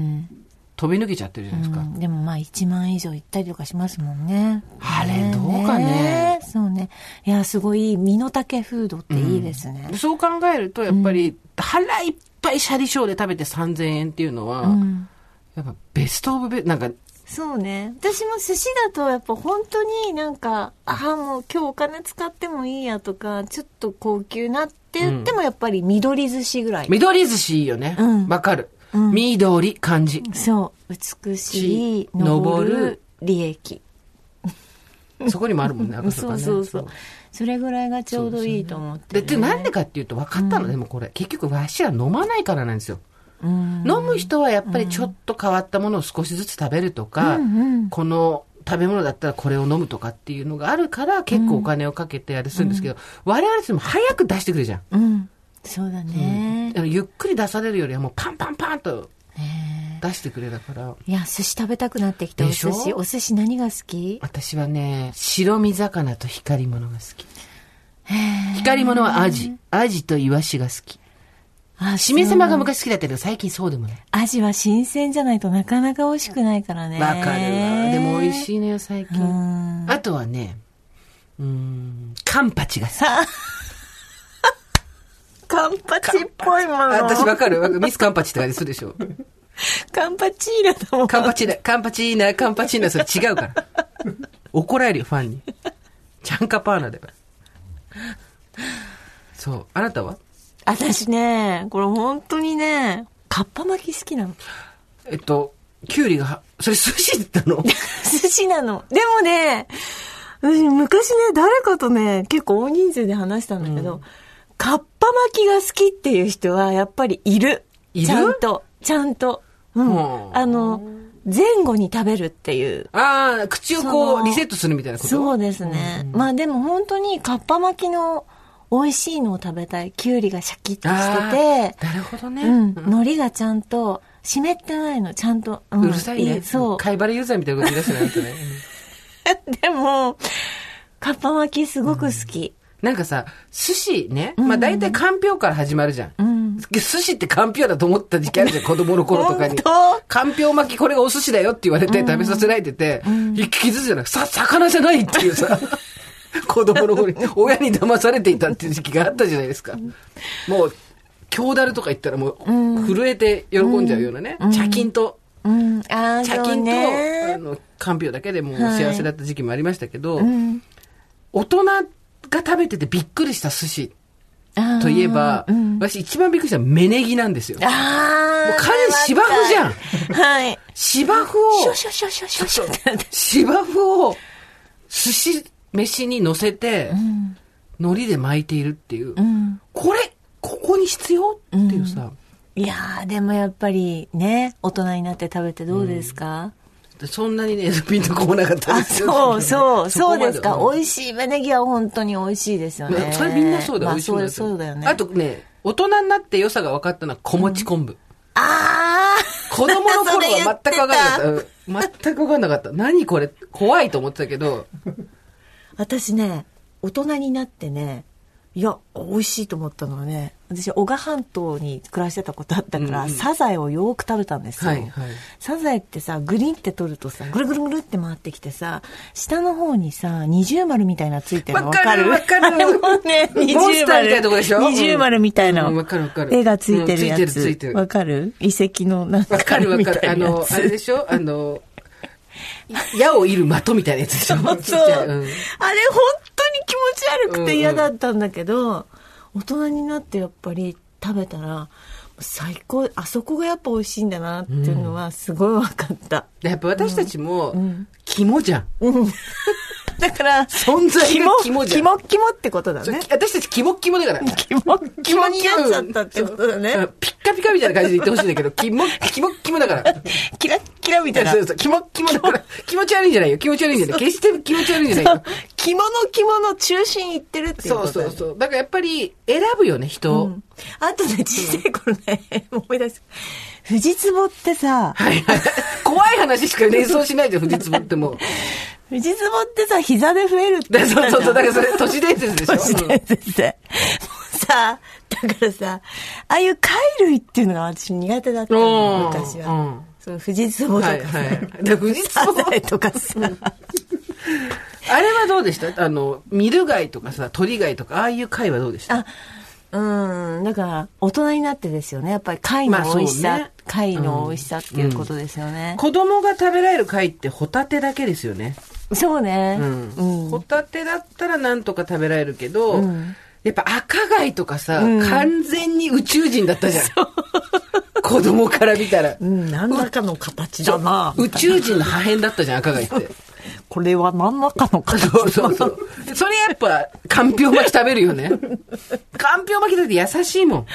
Speaker 2: 飛び抜けちゃってるじゃないです
Speaker 3: う
Speaker 2: か。
Speaker 3: んでもまあ1万円以上行ったりとかしますもんね。
Speaker 2: あれどうかね
Speaker 3: えそうね。いや、すごい、身の丈フードっていいですね。
Speaker 2: そう考えると、やっぱり、腹いっぱいシャリショーで食べて3000円っていうのは、やっぱベストオブベ、なんか、
Speaker 3: そうね。私も寿司だとやっぱ本当になんか、ああ、もう今日お金使ってもいいやとか、ちょっと高級なって言ってもやっぱり緑寿司ぐらい。
Speaker 2: 緑寿司いいよね。わ、
Speaker 3: うん
Speaker 2: かる。緑、漢字。
Speaker 3: そう。美しい
Speaker 2: し、
Speaker 3: 登
Speaker 2: 登
Speaker 3: る
Speaker 2: る、
Speaker 3: 利益。
Speaker 2: そこにもあるもんね、赤
Speaker 3: そ
Speaker 2: 坂
Speaker 3: う
Speaker 2: ね。
Speaker 3: そうそう。それぐらいがちょうどいいと思って、
Speaker 2: で、で、なんでかっていうと分かったの、でもこれ。結局、わしは飲まないからなんですよ。
Speaker 3: うん
Speaker 2: 飲む人はやっぱりちょっと変わったものを少しずつ食べるとか、
Speaker 3: うん
Speaker 2: この食べ物だったらこれを飲むとかっていうのがあるから、結構お金をかけてあれするんですけど、我々っても早く出してくるじゃん。
Speaker 3: うん。そうだね。
Speaker 2: あのゆっくり出されるよりはもうパンパンパンと
Speaker 3: ね
Speaker 2: 出してくれだから。
Speaker 3: えいや、寿司食べたくなってきた。お
Speaker 2: でしょ
Speaker 3: 寿司。お寿司何が好き
Speaker 2: 私はね、白身魚と光り物が好き。光り物はアジ。アジとイワシが好き。
Speaker 3: あ、
Speaker 2: しめ鯖が
Speaker 3: そう
Speaker 2: 昔好きだったけど、最近そうでもない。
Speaker 3: アジは新鮮じゃないとなかなか美味しくないからね。
Speaker 2: わかるわ。でも美味しいのよ、最
Speaker 3: う
Speaker 2: 近。
Speaker 3: ん。
Speaker 2: あとはね、うーん、カンパチが好き。
Speaker 3: カンパチっぽいもの。
Speaker 2: 私わかるわかるミスカンパチって感じするでしょ。
Speaker 3: カンパチーラだもん。
Speaker 2: カンパチーナ、カンパチーナ、カンパチーナ、それ違うから。怒られるよ、ファンに。チャンカパーナだから。そう。あなたは
Speaker 3: 私ね、これ本当にね、カッパ巻き好きなの。
Speaker 2: えっと、キュウリがは、それ寿司だったの
Speaker 3: 寿司なの。でもね、私昔ね、誰かとね、結構大人数で話したんだけど、カッパ巻きが好きっていう人はやっぱりいる。
Speaker 2: いる
Speaker 3: ちゃんと。ちゃんと。う
Speaker 2: ほ
Speaker 3: ん。
Speaker 2: う
Speaker 3: あの、前後に食べるっていう。
Speaker 2: ああ、口を
Speaker 3: そ
Speaker 2: こ
Speaker 3: の
Speaker 2: う、リセットするみたいなこと
Speaker 3: そう
Speaker 2: う。
Speaker 3: ですね。まあでも本当にカッパ巻きの美味しいのを食べたい。きゅうりがシャキッと
Speaker 2: あ
Speaker 3: して
Speaker 2: ー
Speaker 3: て、
Speaker 2: なるほどね。
Speaker 3: うん、海苔がちゃんと、湿ってないの、ちゃんと。
Speaker 2: う
Speaker 3: う
Speaker 2: んんうるさいね。
Speaker 3: そう。
Speaker 2: 貝原ユーザーみたいなこと言い出してないとね。
Speaker 3: でも、かっぱ巻きすごく好き。
Speaker 2: なんかさ、寿司ね。まあ大体かんぴょうから始まるじゃん。寿司ってかんぴょうだと思った時期あるじゃん、子供の頃とかに。
Speaker 3: 本当
Speaker 2: かんぴょう巻きこれがお寿司だよって言われて食べさせられてて、一気づいたら、さ、魚じゃないっていう さ。子供の頃に、親に騙されていたっていう時期があったじゃないですか。もう、京だるとか言ったらもう、震えて喜んじゃうようなね。茶金と、
Speaker 3: うん。ああ、
Speaker 2: 茶
Speaker 3: そう
Speaker 2: 金と、あ
Speaker 3: ね。
Speaker 2: の、かんぴょうだけでもう幸せだった時期もありましたけど、
Speaker 3: うん。
Speaker 2: 大人が食べててびっくりした寿司
Speaker 3: あー
Speaker 2: といえば、
Speaker 3: うん
Speaker 2: 私一番びっくりしたのは芽ネギなんですよ。もう
Speaker 3: ああ。
Speaker 2: 彼芝生じゃん
Speaker 3: ん。はい。
Speaker 2: 芝生
Speaker 3: シ
Speaker 2: を
Speaker 3: ュ、シュシュシュシュシュってなって。
Speaker 2: 芝生を寿司飯に乗せて、海苔で巻いているっていう。
Speaker 3: うん。
Speaker 2: これ、ここに必要っていうさ、
Speaker 3: いやー、でもやっぱりね、大人になって食べてどうですか、
Speaker 2: そんなにね、 ピンとこなかった
Speaker 3: あ、
Speaker 2: ですよ
Speaker 3: そうそ う、そうですか。
Speaker 2: お
Speaker 3: 美味しい芽ネギは本当に美味しいですよね。
Speaker 2: それみんなそうだ、
Speaker 3: ま
Speaker 2: 美
Speaker 3: あ、
Speaker 2: 味しい
Speaker 3: そ
Speaker 2: ん
Speaker 3: う
Speaker 2: だ
Speaker 3: そうだよね。
Speaker 2: あ、とね、大人になって良さが分かったのは小餅昆布。
Speaker 3: あー
Speaker 2: 子供の頃
Speaker 3: それ言
Speaker 2: は
Speaker 3: って
Speaker 2: 全く
Speaker 3: た
Speaker 2: 分かんなかった。うん全く分かんなかった。何これ怖いと思ってたけど、
Speaker 3: 私ね大人になってねいや美味しいと思ったのはね私男鹿半島に暮らしてたことあったから、
Speaker 2: うんうん
Speaker 3: サザエをよく食べたんですよ、
Speaker 2: はいはい
Speaker 3: サザエってさグリンって取るとさぐるぐるぐるって回ってきてさ下の方にさ二重丸みたいなのついてるの
Speaker 2: わ
Speaker 3: わ
Speaker 2: か
Speaker 3: か
Speaker 2: る
Speaker 3: る
Speaker 2: わかる
Speaker 3: あれもね
Speaker 2: モン
Speaker 3: 二重丸
Speaker 2: スターみたいなとこでしょ
Speaker 4: 二重丸みたいな
Speaker 2: うんわかるわかる
Speaker 4: 絵がついてるや
Speaker 2: うんついてるついて
Speaker 4: つ
Speaker 2: る
Speaker 4: わかる遺跡のなん
Speaker 2: わか
Speaker 4: か
Speaker 2: るわ
Speaker 4: み
Speaker 2: か
Speaker 4: た
Speaker 2: る。あ
Speaker 4: いなや
Speaker 2: の、あれ
Speaker 4: つ
Speaker 2: でしょあの、矢を射る的みたいなやつでしょ
Speaker 3: そう
Speaker 2: ちっち
Speaker 3: そう。
Speaker 2: ゃ
Speaker 3: あ
Speaker 2: い
Speaker 3: れ
Speaker 2: う
Speaker 3: 本当
Speaker 2: ん
Speaker 3: に気持ち悪くて嫌だったんだけど、大人になってやっぱり食べたら、最高、あそこがやっぱ美味しいんだなっていうのはすごい分かった。
Speaker 2: でやっぱ私たちも
Speaker 3: ん、
Speaker 2: 肝じゃん。
Speaker 3: だから、
Speaker 2: 存在
Speaker 3: キ
Speaker 2: が
Speaker 3: モ、キ
Speaker 2: 肝
Speaker 3: モ、
Speaker 2: じゃ
Speaker 3: キ
Speaker 2: ん。
Speaker 3: モってことだ
Speaker 2: そう
Speaker 3: ね。
Speaker 2: 私たち肝肝だから。
Speaker 3: キモ、キモになっちゃったってことだ
Speaker 2: う
Speaker 3: ね
Speaker 2: ん。ピッカピカみたいな感じで言ってほしいんだけど、肝、肝肝だから。
Speaker 3: キラッキラみたいな
Speaker 2: そ。うそう、気持気持だから、気持ち悪いんじゃないよ。気持ち悪いんじゃない。決して気持ち悪いんじゃないよ。
Speaker 3: キモのキモの中心いってるってい
Speaker 2: そ
Speaker 3: うこ
Speaker 2: う
Speaker 3: とだ
Speaker 2: そ
Speaker 3: よ
Speaker 2: う
Speaker 3: ね
Speaker 2: そう。だからやっぱり選ぶよね、人を。
Speaker 3: うんあとね、小さい頃ね、 思い出す。藤壺ってさ、
Speaker 2: はいはい。怖い話しか連想しないじゃん、藤壺ってもう。
Speaker 3: 藤壺ってさ、膝で増えるって
Speaker 2: で
Speaker 3: 言った
Speaker 2: そう
Speaker 3: じゃ
Speaker 2: そ
Speaker 3: ん
Speaker 2: うそう。だからそれ、都市伝説 でしょ。
Speaker 3: 都市伝説で。もうさ、だからさ、ああいう貝類っていうのが私苦手だった
Speaker 2: うん
Speaker 3: の、昔は。
Speaker 2: うん
Speaker 3: そう、藤壺
Speaker 2: うん
Speaker 3: とか
Speaker 2: は
Speaker 3: さ、
Speaker 2: いはい。で、藤
Speaker 3: サ
Speaker 2: 壺。
Speaker 3: ザエとかさ。
Speaker 2: あれはどうでしたあの、ミル貝とかさ、鳥貝とか、ああいう貝はどうでした
Speaker 3: あ、うん、だから、大人になってですよね。やっぱり貝
Speaker 2: まあ
Speaker 3: の
Speaker 2: そう
Speaker 3: 美
Speaker 2: ね
Speaker 3: 味しさ、貝の美味しさっていうことですよね。
Speaker 2: 子供が食べられる貝ってホタテだけですよね。
Speaker 3: そうね。
Speaker 2: うん
Speaker 3: う
Speaker 2: ホ
Speaker 3: ん
Speaker 2: タテだったらなんとか食べられるけど、
Speaker 3: うん
Speaker 2: やっぱ赤貝とかさ、
Speaker 3: うん
Speaker 2: 完全に宇宙人だったじゃん。子供から見たら。
Speaker 3: うん、何らかの形だな。
Speaker 2: 宇宙人の破片だったじゃん、赤貝って。
Speaker 3: これは何らかの形
Speaker 2: そうそうそう。それやっぱ、かんぴょう巻き食べるよね。かんぴょう巻きだって優しいもん。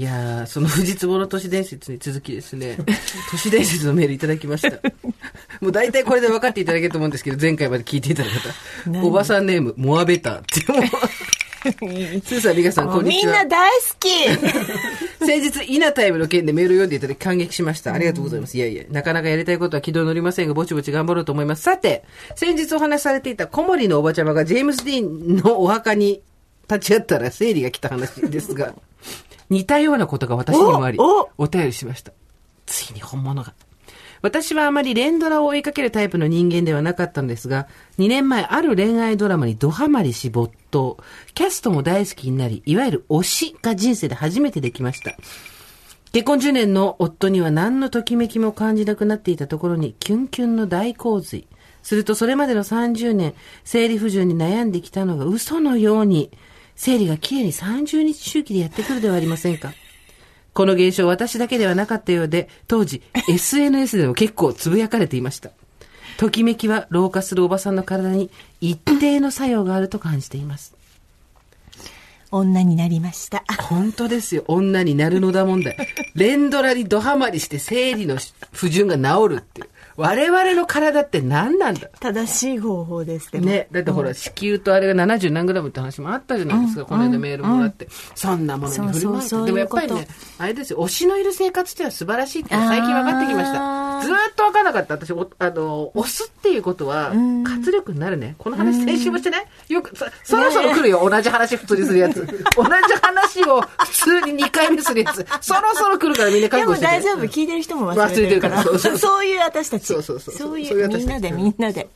Speaker 2: いやー、その藤壺の都市伝説に続きですね、都市伝説のメールいただきました。もう大体これで分かっていただけると思うんですけど、前回まで聞いていただいた方。
Speaker 3: 何
Speaker 2: おばさんネーム、モアベターっていうもう。スーさん、リカさん、こんに
Speaker 3: み
Speaker 2: ち
Speaker 3: ん
Speaker 2: は。
Speaker 3: な大好き
Speaker 2: 先日、イナタイムの件でメールを読んでいただき感激しました。ありがとうございます。いやいや、なかなかやりたいことは軌道に乗りませんが、ぼちぼち頑張ろうと思います。さて、先日お話しされていた小森のおばちゃまがジェームス・ディーンのお墓に立ち会ったら生理が来た話ですが、似たようなことが私にもあり、
Speaker 3: おお
Speaker 2: お便りしました。ついに本物が。私はあまり連ドラを追いかけるタイプの人間ではなかったのですが、2年前ある恋愛ドラマにドハマりし没頭。キャストも大好きになり、いわゆる推しが人生で初めてできました。結婚10年の夫には何のときめきも感じなくなっていたところにキュンキュンの大洪水。するとそれまでの30年、生理不順に悩んできたのが嘘のように、生理がきれいに30日周期でやってくるではありませんか。この現象私だけではなかったようで、当時 SNS でも結構つぶやかれていました。ときめきは老化するおばさんの体に一定の作用があると感じています。
Speaker 3: 女になりました。
Speaker 2: 本当ですよ。女になるのだ問題。連ドラにドハマりして生理の不順が治るっていう。我々の体って何なんだ
Speaker 3: 正しい方法ですでも
Speaker 2: ね、だってほら、子宮とあれが70何グラムって話もあったじゃないですか、この間メールもらって、そんなものに振り回して、
Speaker 3: そうそうそう
Speaker 2: でもやっぱり
Speaker 3: そうい
Speaker 2: ね
Speaker 3: うこ、
Speaker 2: あれですよ、推しのいる生活っていうのは素晴らしいって最近分かってきました。
Speaker 3: あー
Speaker 2: ずーっと分かんなかった、私、おあの、推すっていうことは、活力になるね。この話先週もしてね、よく、そそろそろ来るよ、同じ話普通にするやつ。同じ話を普通に2回目するやつ。そろそろ来るからみんな覚
Speaker 3: で
Speaker 2: 悟
Speaker 3: も
Speaker 2: して、ね。
Speaker 3: 大丈夫、聞いてる人も忘れてるから
Speaker 2: 忘れてるからそうそう
Speaker 3: そういう私たち
Speaker 2: そうそうそう
Speaker 3: そう
Speaker 2: そういう
Speaker 3: い
Speaker 2: 私
Speaker 3: う
Speaker 2: たち
Speaker 3: みんなでみんなで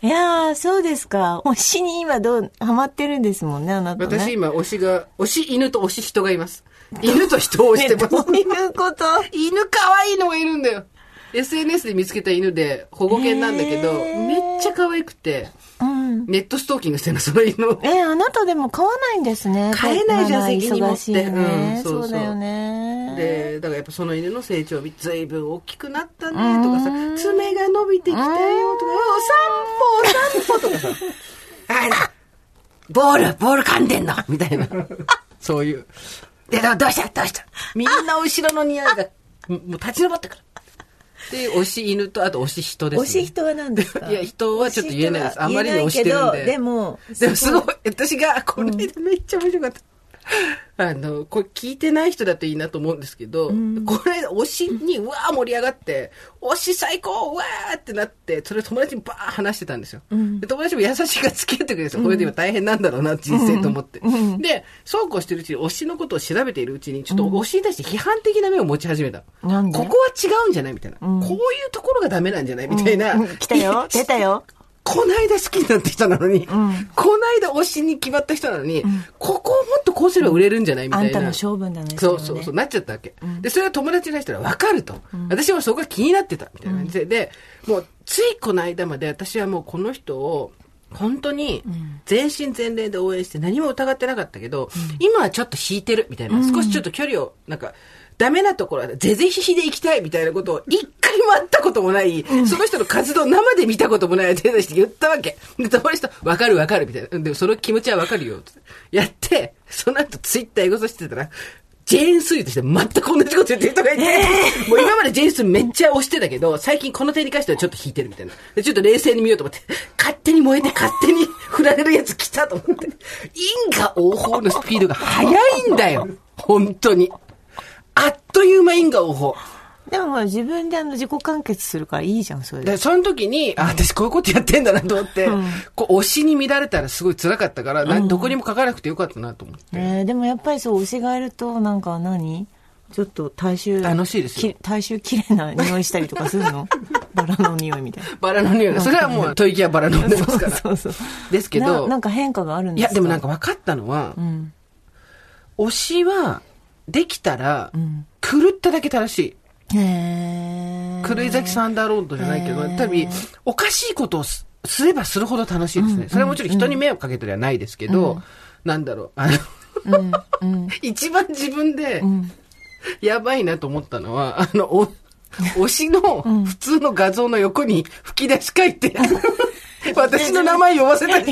Speaker 3: いやーそうですか推しに今どうハマってるんですもんねあなたね
Speaker 2: 私今、推しが、推し犬と推し人がいます。犬と人を推して
Speaker 3: ね
Speaker 2: ます
Speaker 3: ど。ういう こと
Speaker 2: 犬可愛いのがいるんだよ。SNS で見つけた犬で保護犬なんだけど、
Speaker 3: へー
Speaker 2: めっちゃ可愛くて、
Speaker 3: うん
Speaker 2: ネットストーキングしてるの、その犬を。
Speaker 3: えあなたでも買わないんですね
Speaker 2: 買えないじゃん
Speaker 3: 買わ
Speaker 2: 責任持って
Speaker 3: 忙しいね
Speaker 2: うんそうそう
Speaker 3: そうだよね
Speaker 2: で、だからやっぱその犬の成長を見、ずいぶん大きくなったねとかさ、爪が伸びてきたよとか、お散歩、お散歩とかさ、あら、ボール、ボール噛んでんのみたいな。 そういう。で、どどうしたどうしたみんな後ろの匂いが、もう立ち上ってくる。で、推し犬と、あと推し人です、ね。
Speaker 3: 推し人は何ですか
Speaker 2: いや人はちょっと言えないです
Speaker 3: 推し人は
Speaker 2: あんまりに推してるんで
Speaker 3: 言えないけどでも
Speaker 2: でもすごい、私が、この間めっちゃ面白かった。あの、これ聞いてない人だといいなと思うんですけど、これ推しにうわー盛り上がって、推し最高うわーってなって、それを友達にバー話してたんですよ。で友達も優しいから付き合ってくれるんですよ。これで今大変なんだろうな、人生と思って。で、そうこうしてるうちに推しのことを調べているうちに、ちょっと推しに対して批判的な目を持ち始めた。
Speaker 3: なんで
Speaker 2: ここは違うんじゃないみたいな、こういうところがダメなんじゃ ないみたいな。
Speaker 3: うん 来 たよ出たよ
Speaker 2: こないだ好きになった人なのに、こないだ推しに決まった人なのに、ここをもっとこうすれば売れるんじゃないみたい
Speaker 3: あ
Speaker 2: な。
Speaker 3: んたの勝負だね
Speaker 2: そ
Speaker 3: そうれはね
Speaker 2: そうそう、なっちゃったわけ。で、それは友達に出したら分かると。私もそこが気になってた、みたいな感じで。で、もう、ついこの間まで私はもうこの人を、本当に全身全霊で応援して何も疑ってなかったけど、今はちょっと引いてるみたいな、少しちょっと距離を、なんか、ダメなところは、ぜぜひひで行きたいみたいなことを一回も会ったこともない、その人の活動を生で見たこともない手出して言ったわけ。で、友達と、わかるわかるみたいな。でもその気持ちはわかるよ。つってやって、その後ツイッターエゴサしてたら、ジェーン・スーとして全く同じこと言ってる人がいて、もう今までジェーン・スーめっちゃ押してたけど、最近この点に関してはちょっと引いてるみたいな。で、ちょっと冷静に見ようと思って、勝手に燃えて勝手に振られるやつ来たと思って、因果応報のスピードが速いんだよ。本当に。あっという間因果応報。
Speaker 3: でもまあ自分であの自己完結するからいいじゃんそれで
Speaker 2: で、その時に、あ、私こういうことやってんだなと思って、こう、推しに乱れたらすごい辛かったから、などこにも書かなくてよかったなと思って。
Speaker 3: ねえでもやっぱりそう推しがいるとなんか何ちょっと体臭
Speaker 2: 楽しいですよ
Speaker 3: き体臭きれいな匂いしたりとかす るのバラの匂いみたいな
Speaker 2: バラの匂いが。それはもう、吐息はバラ飲んでますから。
Speaker 3: そうそう
Speaker 2: ですけど
Speaker 3: ななんか変化があるん
Speaker 2: い
Speaker 3: です
Speaker 2: や、
Speaker 3: か
Speaker 2: でもなんか分かったのは、
Speaker 3: ん
Speaker 2: 推しは、できたら、狂っただけ正しい。
Speaker 3: へえ
Speaker 2: 狂い咲きサンダーロードじゃないけど、
Speaker 3: へー
Speaker 2: 多分、おかしいことをすすればするほど楽しいですね。それはもちろん人に迷惑かけてりゃないですけど、なんだろう、あの、 一番自分で、やばいなと思ったのは、あの、お推しの普通の画像の横に吹き出し書いて、 私の名前呼ばせた り。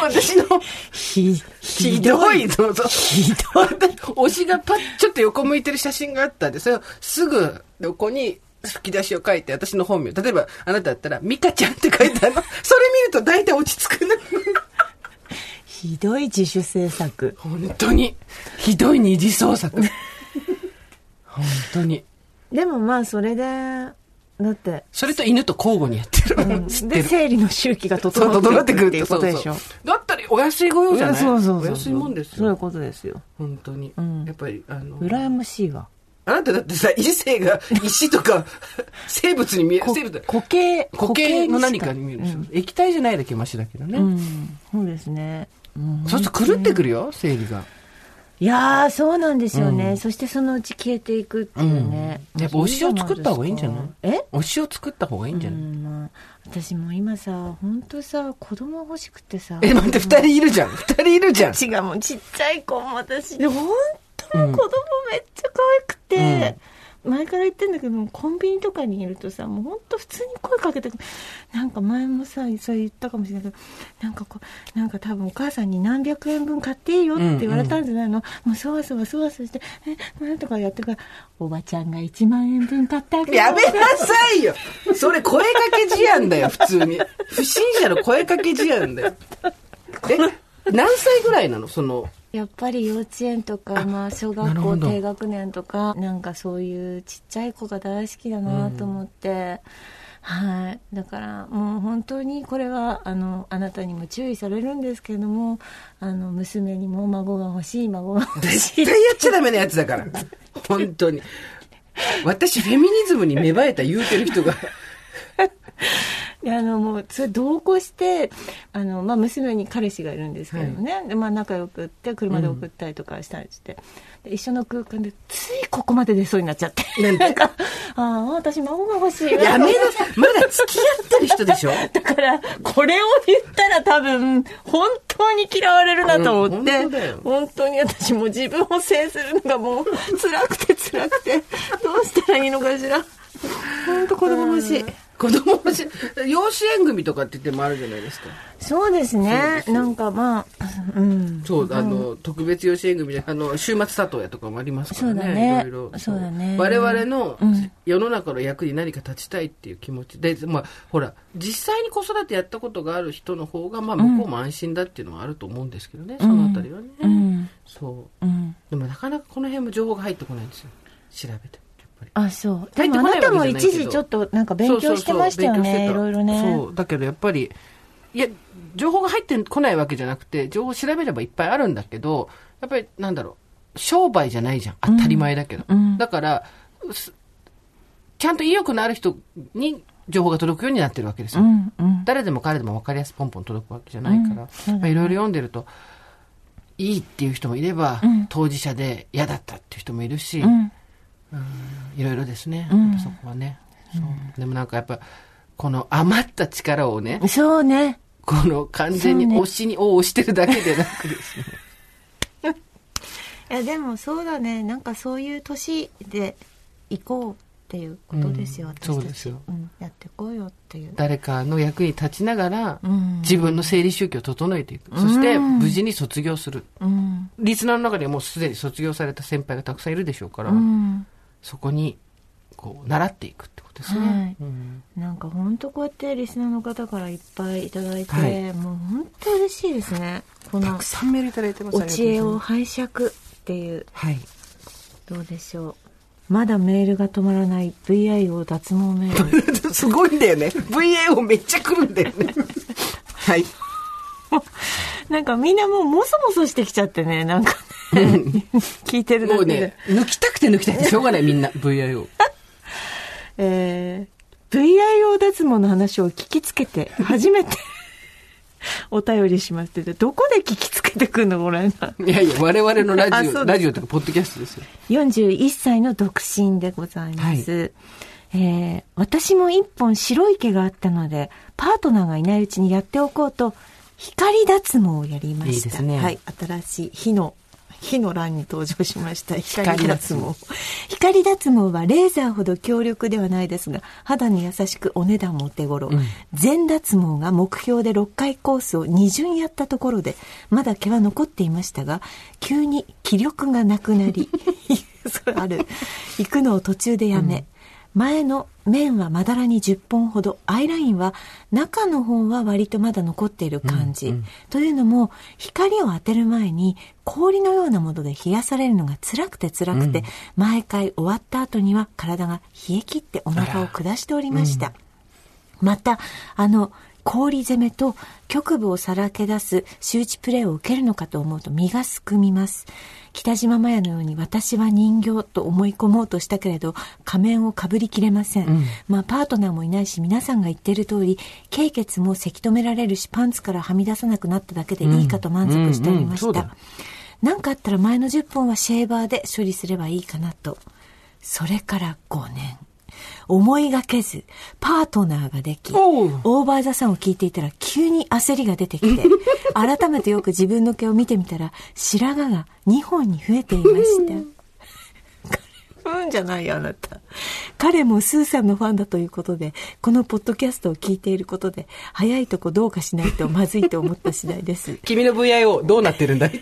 Speaker 2: 私の
Speaker 3: ひ
Speaker 2: ひどいぞ、ひどい。 推しがパッ、ちょっと横向いてる写真があったんで、それをすぐ横に吹き出しを書いて、私の本名。例えば、あなただったら、ミカちゃんって書いてあるの。 それ見ると大体落ち着 くな。
Speaker 3: ひどい自主制作
Speaker 2: 本当に。ひどい二次創作。本当に。
Speaker 3: でもまあそれでだって
Speaker 2: それと犬と交互にやってる。 知って
Speaker 3: で
Speaker 2: る。
Speaker 3: 生理の周期が
Speaker 2: そう、
Speaker 3: 整
Speaker 2: 整
Speaker 3: っ
Speaker 2: っててく
Speaker 3: くるっ
Speaker 2: る
Speaker 3: ていうことでしょ
Speaker 2: そうそうだったら、お安いご用じゃない
Speaker 3: いやそうそう
Speaker 2: お
Speaker 3: そう
Speaker 2: 安いもんです
Speaker 3: そういう
Speaker 2: よ。
Speaker 3: ことですよ
Speaker 2: 本当に。
Speaker 3: ん
Speaker 2: やっぱり、あの。
Speaker 3: 羨ましいわ
Speaker 2: あなただってさ、異性が石とか 生物に見える。
Speaker 3: こ
Speaker 2: 生物だ
Speaker 3: 固形
Speaker 2: 固形の何かに
Speaker 3: に
Speaker 2: 見える
Speaker 3: し
Speaker 2: で
Speaker 3: か
Speaker 2: しょ、液体じゃないだけマシだけどね。
Speaker 3: うん、そうですね、うん
Speaker 2: そうすると狂ってくるよ、生理が。
Speaker 3: いやーそうなんですよね、そしてそのうち消えていくっていうね、
Speaker 2: やっぱ推しを作った方がいいんじゃない
Speaker 3: え
Speaker 2: 推しを作った方がいいんじゃ
Speaker 3: う
Speaker 2: ない、
Speaker 3: んまあ私もう今さ本当さ子供欲しくてさ
Speaker 2: え、待って、二人いるじゃん。二人いるじゃん。
Speaker 3: 違うもうちっちゃい子も私本当もう子供めっちゃ可愛くて、前から言ってんだけどコンビニとかにいるとさもう本当普通に声かけてくるなんか前もさそれ言ったかもしれないけどなんかこうなんか多分お母さんに何百円分買っていいよって言われたんじゃないの、もうそわそわそわそわして「えなんとかやってるからおばちゃんが1万円分買ってあげるよ
Speaker 2: やめなさいよそれ声かけ事案 だよ、普通に。不審者の声かけ事案だよ。え、何歳ぐらいなのその、
Speaker 3: やっぱり幼稚園とかまあ、小
Speaker 2: なる
Speaker 3: 学
Speaker 2: ほ
Speaker 3: 校
Speaker 2: ど
Speaker 3: 低学年とかなんかそういうちっちゃい子が大好きだなと思って、はいだからもう本当にこれはあのあなたにも注意されるんですけれどもあの娘にも孫が欲しい孫が 欲しい
Speaker 2: 絶対やっちゃダメなやつだから。本当に。私、フェミニズムに芽生えた言うてる人が。
Speaker 3: であのもうそれ同行してあの、まあ、娘に彼氏がいるんですけどね、でまあ、仲良くって車で送ったりとかしたりして、で一緒の空間でついここまで出そうになっちゃって。
Speaker 2: なんて
Speaker 3: ああ私孫が欲しい
Speaker 2: やめなさい。まだ付き合ってる人でしょ
Speaker 3: だからこれを言ったら多分本当に嫌われるなと思って、
Speaker 2: うん本当
Speaker 3: 本
Speaker 2: だよ
Speaker 3: 当に私もう自分を制するのがもう辛くて辛くてどうしたらいいのかしら本当子供欲しい
Speaker 2: 子供もし、養子縁組とかって言ってもあるじゃないですか。
Speaker 3: そうですねなんかまあうん
Speaker 2: そう、あの、特別養子縁組で、あの、週末里親とかもありますからね。
Speaker 3: そうだね
Speaker 2: いろいろ。
Speaker 3: そうだね
Speaker 2: 我々の世の中の役に何か立ちたいっていう気持ちで、まあ、ほら、実際に子育てやったことがある人の方が、まあ、向こうも安心だっていうのはあると思うんですけどね、そのあたりはね。
Speaker 4: うん
Speaker 2: そう。
Speaker 4: うん
Speaker 2: でも、なかなかこの辺も情報が入ってこないんですよ。調べて。やっぱり。
Speaker 4: あそう
Speaker 3: でもあなたも一時ちょっとなんか勉強してましたよ
Speaker 2: そうそう
Speaker 3: ね
Speaker 2: そう
Speaker 3: いろいろね
Speaker 2: そうだけどやっぱりいや情報が入ってこないわけじゃなくて情報を調べればいっぱいあるんだけどやっぱりなんだろう商売じゃないじゃん当たり前だけど、
Speaker 4: うん
Speaker 2: だからすちゃんと意欲のある人に情報が届くようになってるわけです
Speaker 4: う
Speaker 2: よ、
Speaker 4: んうん
Speaker 2: 誰でも彼でも分かりやすくポンポン届くわけじゃないから、
Speaker 4: うん
Speaker 2: まあいろいろ読んでるといいっていう人もいれば、
Speaker 4: うん
Speaker 2: 当事者で嫌だったっていう人もいるし、
Speaker 4: うん
Speaker 2: いろいろですね、
Speaker 4: うん
Speaker 2: やっぱそこはね、そうでもなんかやっぱこの余った力をね
Speaker 4: そうね
Speaker 2: この完全に
Speaker 4: そうね
Speaker 2: 押しにを押してるだけでな くですね
Speaker 3: いやでもそうだねなんかそういう年で行こうっていうことですよ、
Speaker 2: うん
Speaker 3: 私たち
Speaker 2: そうですよ
Speaker 3: うんやってこうよっていう
Speaker 2: 誰かの役に立ちながら、
Speaker 3: うん
Speaker 2: 自分の生理周期を整えていく、そして
Speaker 4: うん
Speaker 2: 無事に卒業する
Speaker 3: うん
Speaker 2: リスナーの中にはもうすでに卒業された先輩がたくさんいるでしょうから、
Speaker 4: うん
Speaker 2: そこにこう習っていくってことですね、
Speaker 3: はい
Speaker 2: うん
Speaker 3: なんか本当こうやってリスナーの方からいっぱいいただいて、
Speaker 2: はい
Speaker 3: もう本当嬉しいですねこ
Speaker 2: た
Speaker 3: の
Speaker 2: くさんメールいただいてます
Speaker 3: お知恵を
Speaker 2: あ
Speaker 3: 拝借っていう
Speaker 2: りがとうございます
Speaker 3: どうでしょうまだメールが止まらない VIO 脱毛メ ール
Speaker 2: はい すごいんだよね VA をめっちゃ来るんだよねはい
Speaker 3: なんかみんなもうもそもそしてきちゃってねなんかね聞いてるだ
Speaker 2: も
Speaker 3: け
Speaker 2: う
Speaker 3: で、
Speaker 2: ね、抜きたくて抜きたくてしょうがないみんな、VIO。
Speaker 3: えー VIO 脱毛の話を聞きつけて初めて お便りしますって言ってどこで聞きつけてくんのこれ
Speaker 2: いやいや、我々のラ
Speaker 3: あ
Speaker 2: ジ
Speaker 3: そ
Speaker 2: オ、
Speaker 3: うで
Speaker 2: ラ
Speaker 3: す
Speaker 2: ジオとか、ポッドキャストですよ。
Speaker 3: 41歳の独身でございます、えー私も一本白い毛があったのでパートナーがいないうちにやっておこうと光脱毛をやりました
Speaker 2: いいですね
Speaker 3: はい、新しい火の火の欄に登場しました光
Speaker 2: 光脱
Speaker 3: 脱
Speaker 2: 毛
Speaker 3: 毛光脱毛はレーザーほど強力ではないですが肌に優しくお値段もお手頃、
Speaker 2: ん
Speaker 3: 全脱毛が目標で6回コースを2巡やったところでまだ毛は残っていましたが急に気力がなくなり それある行くのを途中でやめ、前の面はまだらに10本ほどアイラインは中の方は割とまだ残っている感じ、というのも光を当てる前に氷のようなもので冷やされるのが辛くて辛くて、毎回終わった後には体が冷え切ってお腹を下しておりました、またあの氷攻めと局部をさらけ出す周知プレーを受けるのかと思うと身がすくみます北島麻也のように私は人形と思い込もうとしたけれど仮面をかぶりきれません、まあパートナーもいないし皆さんが言ってる通り経血もせき止められるしパンツからはみ出さなくなっただけでいいかと満足しておりま
Speaker 2: うんう
Speaker 3: し
Speaker 2: んうんそうだ
Speaker 3: た、
Speaker 2: よ
Speaker 3: なんかあったら前の10本はシェーバーで処理すればいいかなと。それから5年。思いがけず、パートナーができ、
Speaker 2: おう
Speaker 3: オーバーザさんを聞いていたら急に焦りが出てき て、改めてよく自分の毛を見てみたら、白髪が2本に増えていました。うんじゃないよ、あなた。彼もスーさんのファンだということで、このポッドキャストを聞いていることで、早いとこどうかしないとまずいと思った次第です。
Speaker 2: 君の VIO どうなってるん だい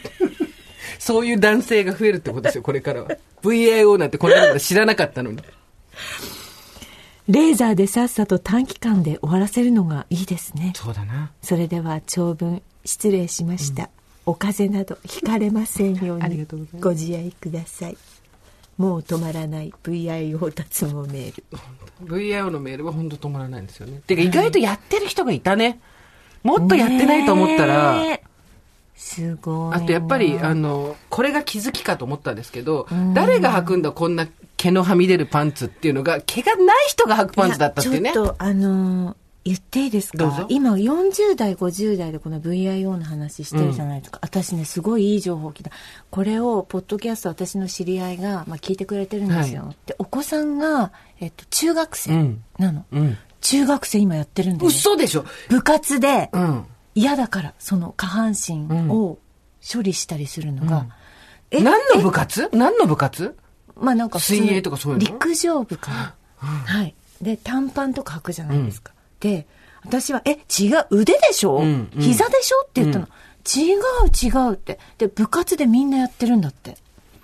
Speaker 2: そういう男性が増えるってことですよ、これからは。VIO なんてこんなこと知らなかったのに。
Speaker 3: レーザーでさっさと短期間で終わらせるのがいいですね。
Speaker 2: そうだな。
Speaker 3: それでは長文失礼しました、お風邪などひかれませんよう
Speaker 2: ありが
Speaker 3: に
Speaker 2: とうございます
Speaker 3: ご自愛くださいもう止まらない VIO 脱毛メール
Speaker 2: VIO のメールは本当止まらないんですよね。てか意外とやってる人がいたね。もっとやってないと思ったら、
Speaker 3: ねえすごいわ
Speaker 2: あとやっぱり、あの、これが気づきかと思ったんですけど、誰が履くんだこんな毛のはみ出るパンツっていうのが、毛がない人が履くパンツだったっていうね。
Speaker 3: ちょっとあのー言っていいです
Speaker 2: どう
Speaker 3: か
Speaker 2: ぞ
Speaker 3: 今40代50代でこの VIO の話してるじゃないですか、私ねすごいいい情報を聞いたこれをポッドキャスト私の知り合いが、まあ、聞いてくれてるんですよ、
Speaker 2: は
Speaker 3: でお子さんが、えっと、中学
Speaker 2: う
Speaker 3: 生
Speaker 2: ん
Speaker 3: なの、
Speaker 2: うん。
Speaker 3: 中学生今やってるんだよね、
Speaker 2: 嘘でしょ
Speaker 3: 部活で
Speaker 2: うん。
Speaker 3: 嫌だからその下半身を処理したりするのが、え
Speaker 2: 何の部活何の部活
Speaker 3: まあなんか普通の
Speaker 2: 水泳とかそういうの
Speaker 3: 陸上部かな、はいで短パンとか履くじゃないですか、で私は「え違う腕でしょ、
Speaker 2: うんうん
Speaker 3: 膝でしょ?」って言ったの、違う違う」ってで部活でみんなやってるんだって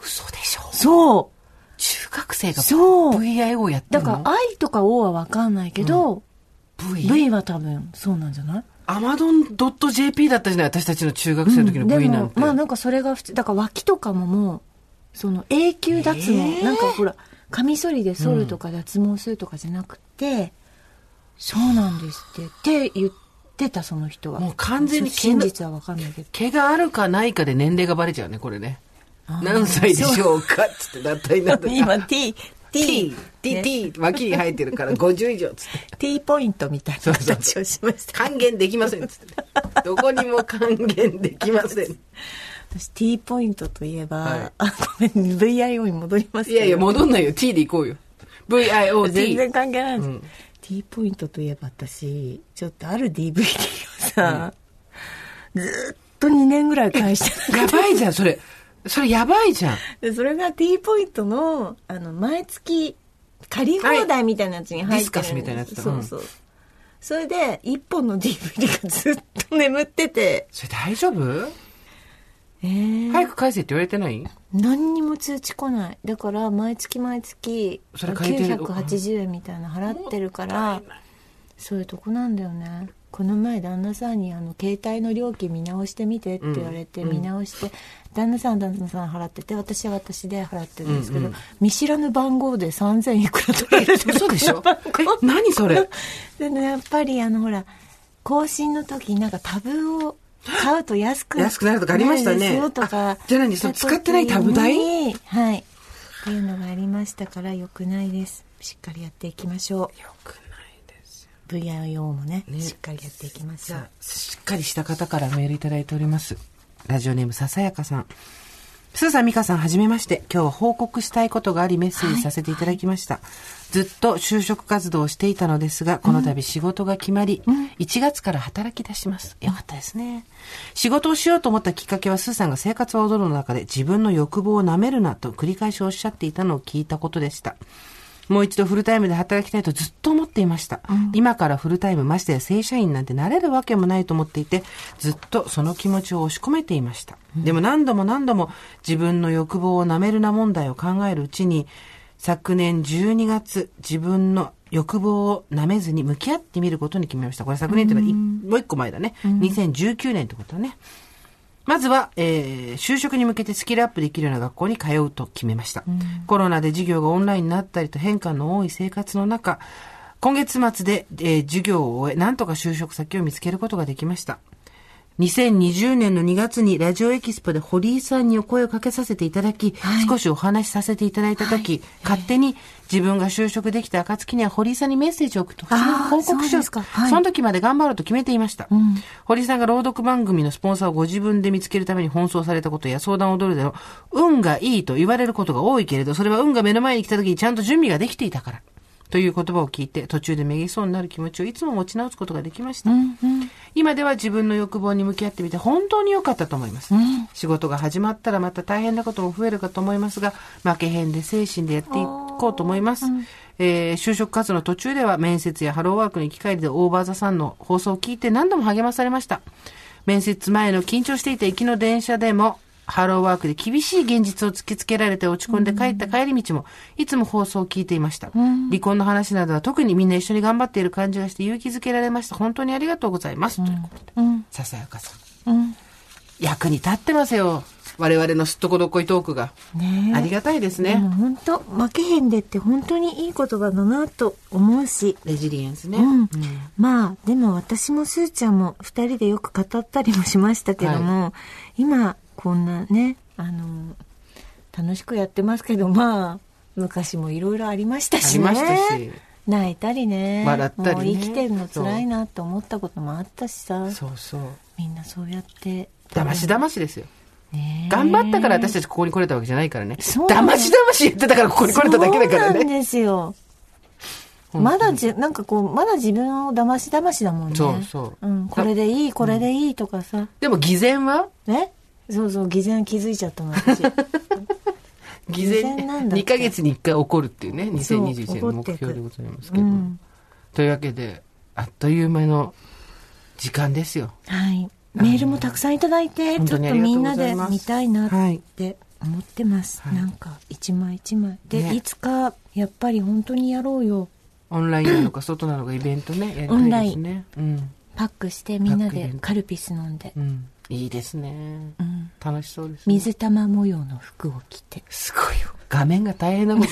Speaker 2: 嘘でしょ
Speaker 3: そう
Speaker 2: 中学生が
Speaker 3: そう
Speaker 2: VIO やって
Speaker 3: だ
Speaker 2: るの
Speaker 3: から「愛」とか「O」は分かんないけど、
Speaker 2: V
Speaker 3: V は多分そうなんじゃない
Speaker 2: アマドン .jp だったじゃない私たちの中学生の時の
Speaker 3: で
Speaker 2: V なん
Speaker 3: も
Speaker 2: て。
Speaker 3: まあなんかそれが普通だから脇とかももうその永久脱毛、
Speaker 2: えー
Speaker 3: なんかほらカミソリで剃るとか脱毛するとかじゃなくて、そうなんですってって言ってたその人は
Speaker 2: もう完全に
Speaker 3: そう真実は分かんないけど
Speaker 2: 毛があるかないかで年齢がバレちゃうね、これね。何歳でしょうかつって、だったりなんだ
Speaker 3: T
Speaker 2: T、T、T、脇に生えてるから50以上つって。
Speaker 3: T ポイントみたい
Speaker 2: そうそうそう
Speaker 3: をしました
Speaker 2: 還元できませんつって。どこにも還元できません。
Speaker 3: 私 T ポイントといえば、
Speaker 2: はい
Speaker 3: あごめん VIO に戻ります
Speaker 2: いやいや、戻んないよ。T で行こうよ。VIO、
Speaker 3: 全
Speaker 2: T。
Speaker 3: 然関係ないです、T ポイントといえば私ちょっとある DVD をさ、ずーっと2年ぐらい返してな
Speaker 2: や
Speaker 3: かっ
Speaker 2: ばいじゃん、それ。それやばいじゃん。
Speaker 3: た でそれが T ポイントのあの毎月借り放題みたいなやつに入ってるんです、
Speaker 2: ディスカスみたいなやつだ
Speaker 3: そうそう、それで一本の DVD がずっと眠ってて
Speaker 2: それ大丈夫
Speaker 3: えー
Speaker 2: 早く返せって言われてない
Speaker 3: 何にも通知来ないだから毎月毎月
Speaker 2: それ借りてる
Speaker 3: 980円みたいなの払ってるからそういうとこなんだよねこの前旦那さんにあの携帯の料金見直してみてって言われて見直して、旦那さんは旦那さん払ってて私は私で払ってるんですけど、見知らぬ番号で3000いくら取られてる
Speaker 2: 嘘で しょ
Speaker 3: この番号
Speaker 2: え、何それ
Speaker 3: でねやっぱりあのほら更新の時なんかタブを買うと安く
Speaker 2: 安くなるとかありましたね
Speaker 3: なるですよとか
Speaker 2: あじゃあ何その使ってないタブ代
Speaker 3: にはいっていうのがありましたから良くないですしっかりやっていきましょ
Speaker 2: よくないですよ。
Speaker 3: う VIO もね
Speaker 2: ね
Speaker 3: しっかりやっていきまし
Speaker 2: じ
Speaker 3: ょ
Speaker 2: ゃ
Speaker 3: う
Speaker 2: あ、しっかりした方からメールいただいております。ラジオネームささやかさん。すーさん、みかさん、はじめまして。今日は報告したいことがありメッセージさせていただきました。ずっと就職活動をしていたのですが、この度仕事が決まり、1月から働き出します。よかったですね。仕事をしようと思ったきっかけは、すーさんが生活は踊るの中で自分の欲望を舐めるなと繰り返しおっしゃっていたのを聞いたことでした。もう一度フルタイムで働きたいとずっと思っていました。今からフルタイムましてや正社員なんてなれるわけもないと思っていて、ずっとその気持ちを押し込めていました。でも何度も何度も自分の欲望を舐めるな問題を考えるうちに、昨年12月、自分の欲望を舐めずに向き合ってみることに決めました。これ昨年というのはいもう一個前だね。2019年ってことだね。まずは、えー就職に向けてスキルアップできるような学校に通うと決めました。コロナで授業がオンラインになったりと変化の多い生活の中、今月末で、えー授業を終え、なんとか就職先を見つけることができました。2020年の2月にラジオエキスポで堀井さんにお声をかけさせていただき、少しお話しさせていただいたとき、勝手に自分が就職できた暁には堀井さんにメッセージを送ってほしい
Speaker 3: あー
Speaker 2: 報告
Speaker 3: そ
Speaker 2: 書を
Speaker 3: うですかはい
Speaker 2: その時まで頑張ろうと決めていました。堀井さんが朗読番組のスポンサーをご自分で見つけるために奔走されたことや相談を踊るでの、運がいいと言われることが多いけれど、それは運が目の前に来た時にちゃんと準備ができていたから。という言葉を聞いて途中でめげそうになる気持ちをいつも持ち直すことができました。
Speaker 4: うんうん
Speaker 2: 今では自分の欲望に向き合ってみて本当に良かったと思います、
Speaker 4: ん
Speaker 2: 仕事が始まったらまた大変なことも増えるかと思いますが負けへんで精神でやっていこうと思います、えー就職活動の途中では面接やハローワークの行き帰りでオーバーザさんの放送を聞いて何度も励まされました面接前の緊張していた行きの電車でもハローワークで厳しい現実を突きつけられて落ち込んで帰った帰り道も、いつも放送を聞いていました。離婚の話などは特にみんな一緒に頑張っている感じがして勇気づけられました。本当にありがとうございます。ということで、
Speaker 4: うん
Speaker 2: ささやかさん。
Speaker 4: うん
Speaker 2: 役に立ってますよ。我々のすっとこどっこいトークが。
Speaker 4: ねえ
Speaker 2: ありがたいです
Speaker 4: でも
Speaker 2: ね。
Speaker 4: 本当負けへんでって本当にいい言葉だなと思うし、
Speaker 2: レジリエンスね。
Speaker 4: うんまあでも私もすーちゃんも2人でよく語ったりもしましたけども、今こんなね
Speaker 3: あの楽しくやってますけどまあ昔もいろいろありました
Speaker 2: あ
Speaker 3: し
Speaker 2: り
Speaker 3: ね
Speaker 2: ましたし。
Speaker 3: 泣いたりね
Speaker 2: 笑ったりね
Speaker 3: もう生きてるの辛いなって思ったこともあったしさ
Speaker 2: そうそう。
Speaker 3: みんなそうやって
Speaker 2: だましだましですよ。
Speaker 3: ねえ
Speaker 2: 頑張ったから私たちここに来れたわけじゃないからね
Speaker 3: そう。
Speaker 2: だましだまし言ってたからここに来れただけだから
Speaker 3: そうな
Speaker 2: ね。
Speaker 3: んですよまだじなんかこうまだ自分をだましだましだもんね、
Speaker 2: そうそう
Speaker 3: ん、これでいいこれでいいとかさ、
Speaker 2: でも偽善は
Speaker 3: えそうそう偽善気づいちゃった の私
Speaker 2: 偽
Speaker 3: 偽善な
Speaker 2: 善
Speaker 3: んだって
Speaker 2: 2ヶ月に1回起こるっていうね2021年の
Speaker 3: そう起こっ
Speaker 2: 目
Speaker 3: ていく
Speaker 2: 標でございますけ
Speaker 3: う
Speaker 2: ど、
Speaker 3: ん
Speaker 2: というわけであっという間の時間ですよ
Speaker 4: はい
Speaker 2: メ
Speaker 4: メ
Speaker 2: ー
Speaker 4: ー
Speaker 2: ル
Speaker 4: ル
Speaker 2: も
Speaker 4: も
Speaker 2: た
Speaker 4: た
Speaker 2: く
Speaker 4: くさんいただいて
Speaker 2: 本
Speaker 4: ち
Speaker 2: 当
Speaker 4: ょっ
Speaker 2: にあ
Speaker 4: と
Speaker 2: りがと
Speaker 4: み
Speaker 2: うんご
Speaker 4: な
Speaker 2: ざい
Speaker 4: で
Speaker 2: ます
Speaker 4: 見たいなっ
Speaker 2: はい
Speaker 4: て思ってます、
Speaker 2: はい
Speaker 4: なんか一枚一枚で、
Speaker 2: ね
Speaker 4: いつかやっぱり本当にやろうよ
Speaker 2: オンラインなのか外なのかイベントねやり
Speaker 4: オン
Speaker 2: た
Speaker 4: ラ
Speaker 2: いで
Speaker 4: イ
Speaker 2: す
Speaker 4: ン
Speaker 2: ねうん、
Speaker 4: パックしてみんな
Speaker 2: パック
Speaker 4: で
Speaker 2: で
Speaker 4: カルピス飲んで、
Speaker 2: うん、いいですね
Speaker 4: うん、
Speaker 2: 楽しそうですね
Speaker 4: 水玉模様の服を着て
Speaker 2: すごいよ画面が大変なこと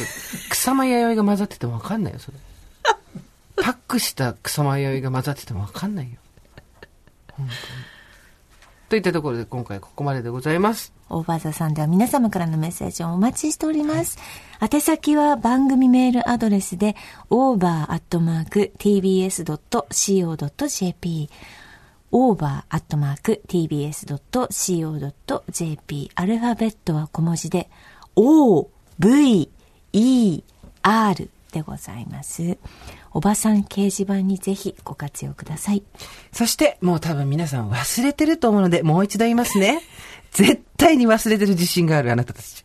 Speaker 2: 草間弥生が混ざってても分かんないよそれパックした草間弥生が混ざってても分かんないよ本当にといったところで今回はここまででございます
Speaker 4: オーバーザさんでは皆様からのメッセージをお待ちしております。宛先は番組メールアドレスで over.tbs.co.jp over.tbs.co.jp アルファベットは小文字で o, v, e, r でございます。おばさん掲示板にぜひご活用ください。
Speaker 2: そして、もう多分皆さん忘れてると思うので、もう一度言いますね。絶対に忘れてる自信があるあなたたち。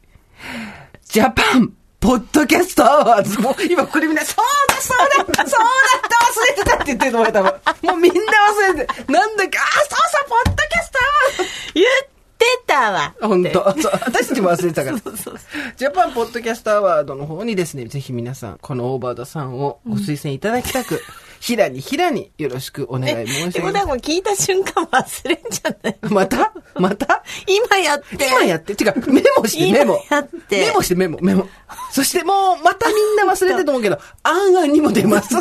Speaker 2: ジャパン、ポッドキャストアワーズ。もう今これみんな、そうだ、そうだ、そうだった、忘れてたって言ってると思うよ、多分。もうみんな忘れて、なんだっけ、あ、そうそう、ポッドキャストアワーズ。
Speaker 3: 言ってた わ
Speaker 2: 本当そう私たちも忘れてたからジャパンポッドキャストアワードの方にですねぜひ皆さんこのオーバードさんをご推薦いただきたく、ひらにひらによろしくお願い申し上
Speaker 3: で
Speaker 2: げ
Speaker 3: も
Speaker 2: ま
Speaker 3: なん
Speaker 2: す
Speaker 3: か聞いた瞬間忘れんじゃない
Speaker 2: またまた
Speaker 3: 今やって
Speaker 2: 今やって。てか、メモして、
Speaker 3: 今
Speaker 2: メモ。
Speaker 3: やって
Speaker 2: メモして、メモ、メモ。そしてもう、またみんな忘れてると思う けど、あんあんにも出ます。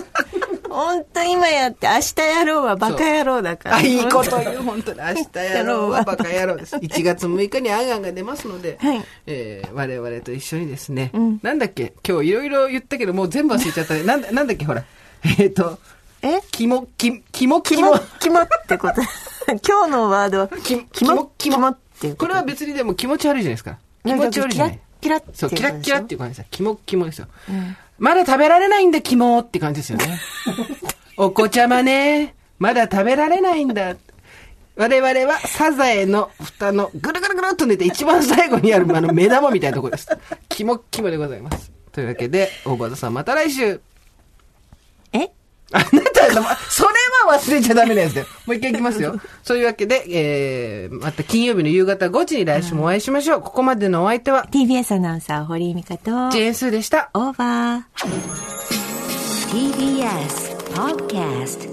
Speaker 3: 本当今やって明日やろうはバカ野郎だか ら
Speaker 2: あ、いいこと言う。本当に、明日やろうはバカ野郎です。1月6日にあんあんが出ますので、
Speaker 3: はい
Speaker 2: えー我々と一緒にですね、なんだっけ、今日いろいろ言ったけど、もう全部忘れちゃったね。なんだ、なんだっけ、ほら。えっ、と、
Speaker 3: え
Speaker 2: キモ、キ、キモ、キ
Speaker 3: キモ
Speaker 2: モ。
Speaker 3: キモってこと 今日のワードは
Speaker 2: キモ
Speaker 3: キモキモっていう
Speaker 2: こ
Speaker 3: こ
Speaker 2: れ
Speaker 3: と
Speaker 2: は別にでも気持ち悪いじゃないですか。気持ち悪いじゃない。
Speaker 3: キラッキラって
Speaker 2: そう、キラッキラっていう感じですよ。キモッキモですよ。
Speaker 3: ん
Speaker 2: まだ食べられないんだ、キモって感じですよ ね。お子ちゃまね。まだ食べられないんだ。我々はサザエの蓋のぐるぐるぐるっと寝て一番最後にあるあの目玉みたいなところです。キモッキモでございます。というわけで、大場さんまた来週。
Speaker 4: え
Speaker 2: あなたの、それは忘れちゃダメなやつだよ。もう一回いきますよ。そういうわけで、えー、また金曜日の夕方5時に来週もお会いしましょう。ここまでのお相手は、
Speaker 4: ?TBS アナウンサー堀井美香と
Speaker 2: ジェーンスーでした。
Speaker 4: オーバー。
Speaker 1: TBS Podcast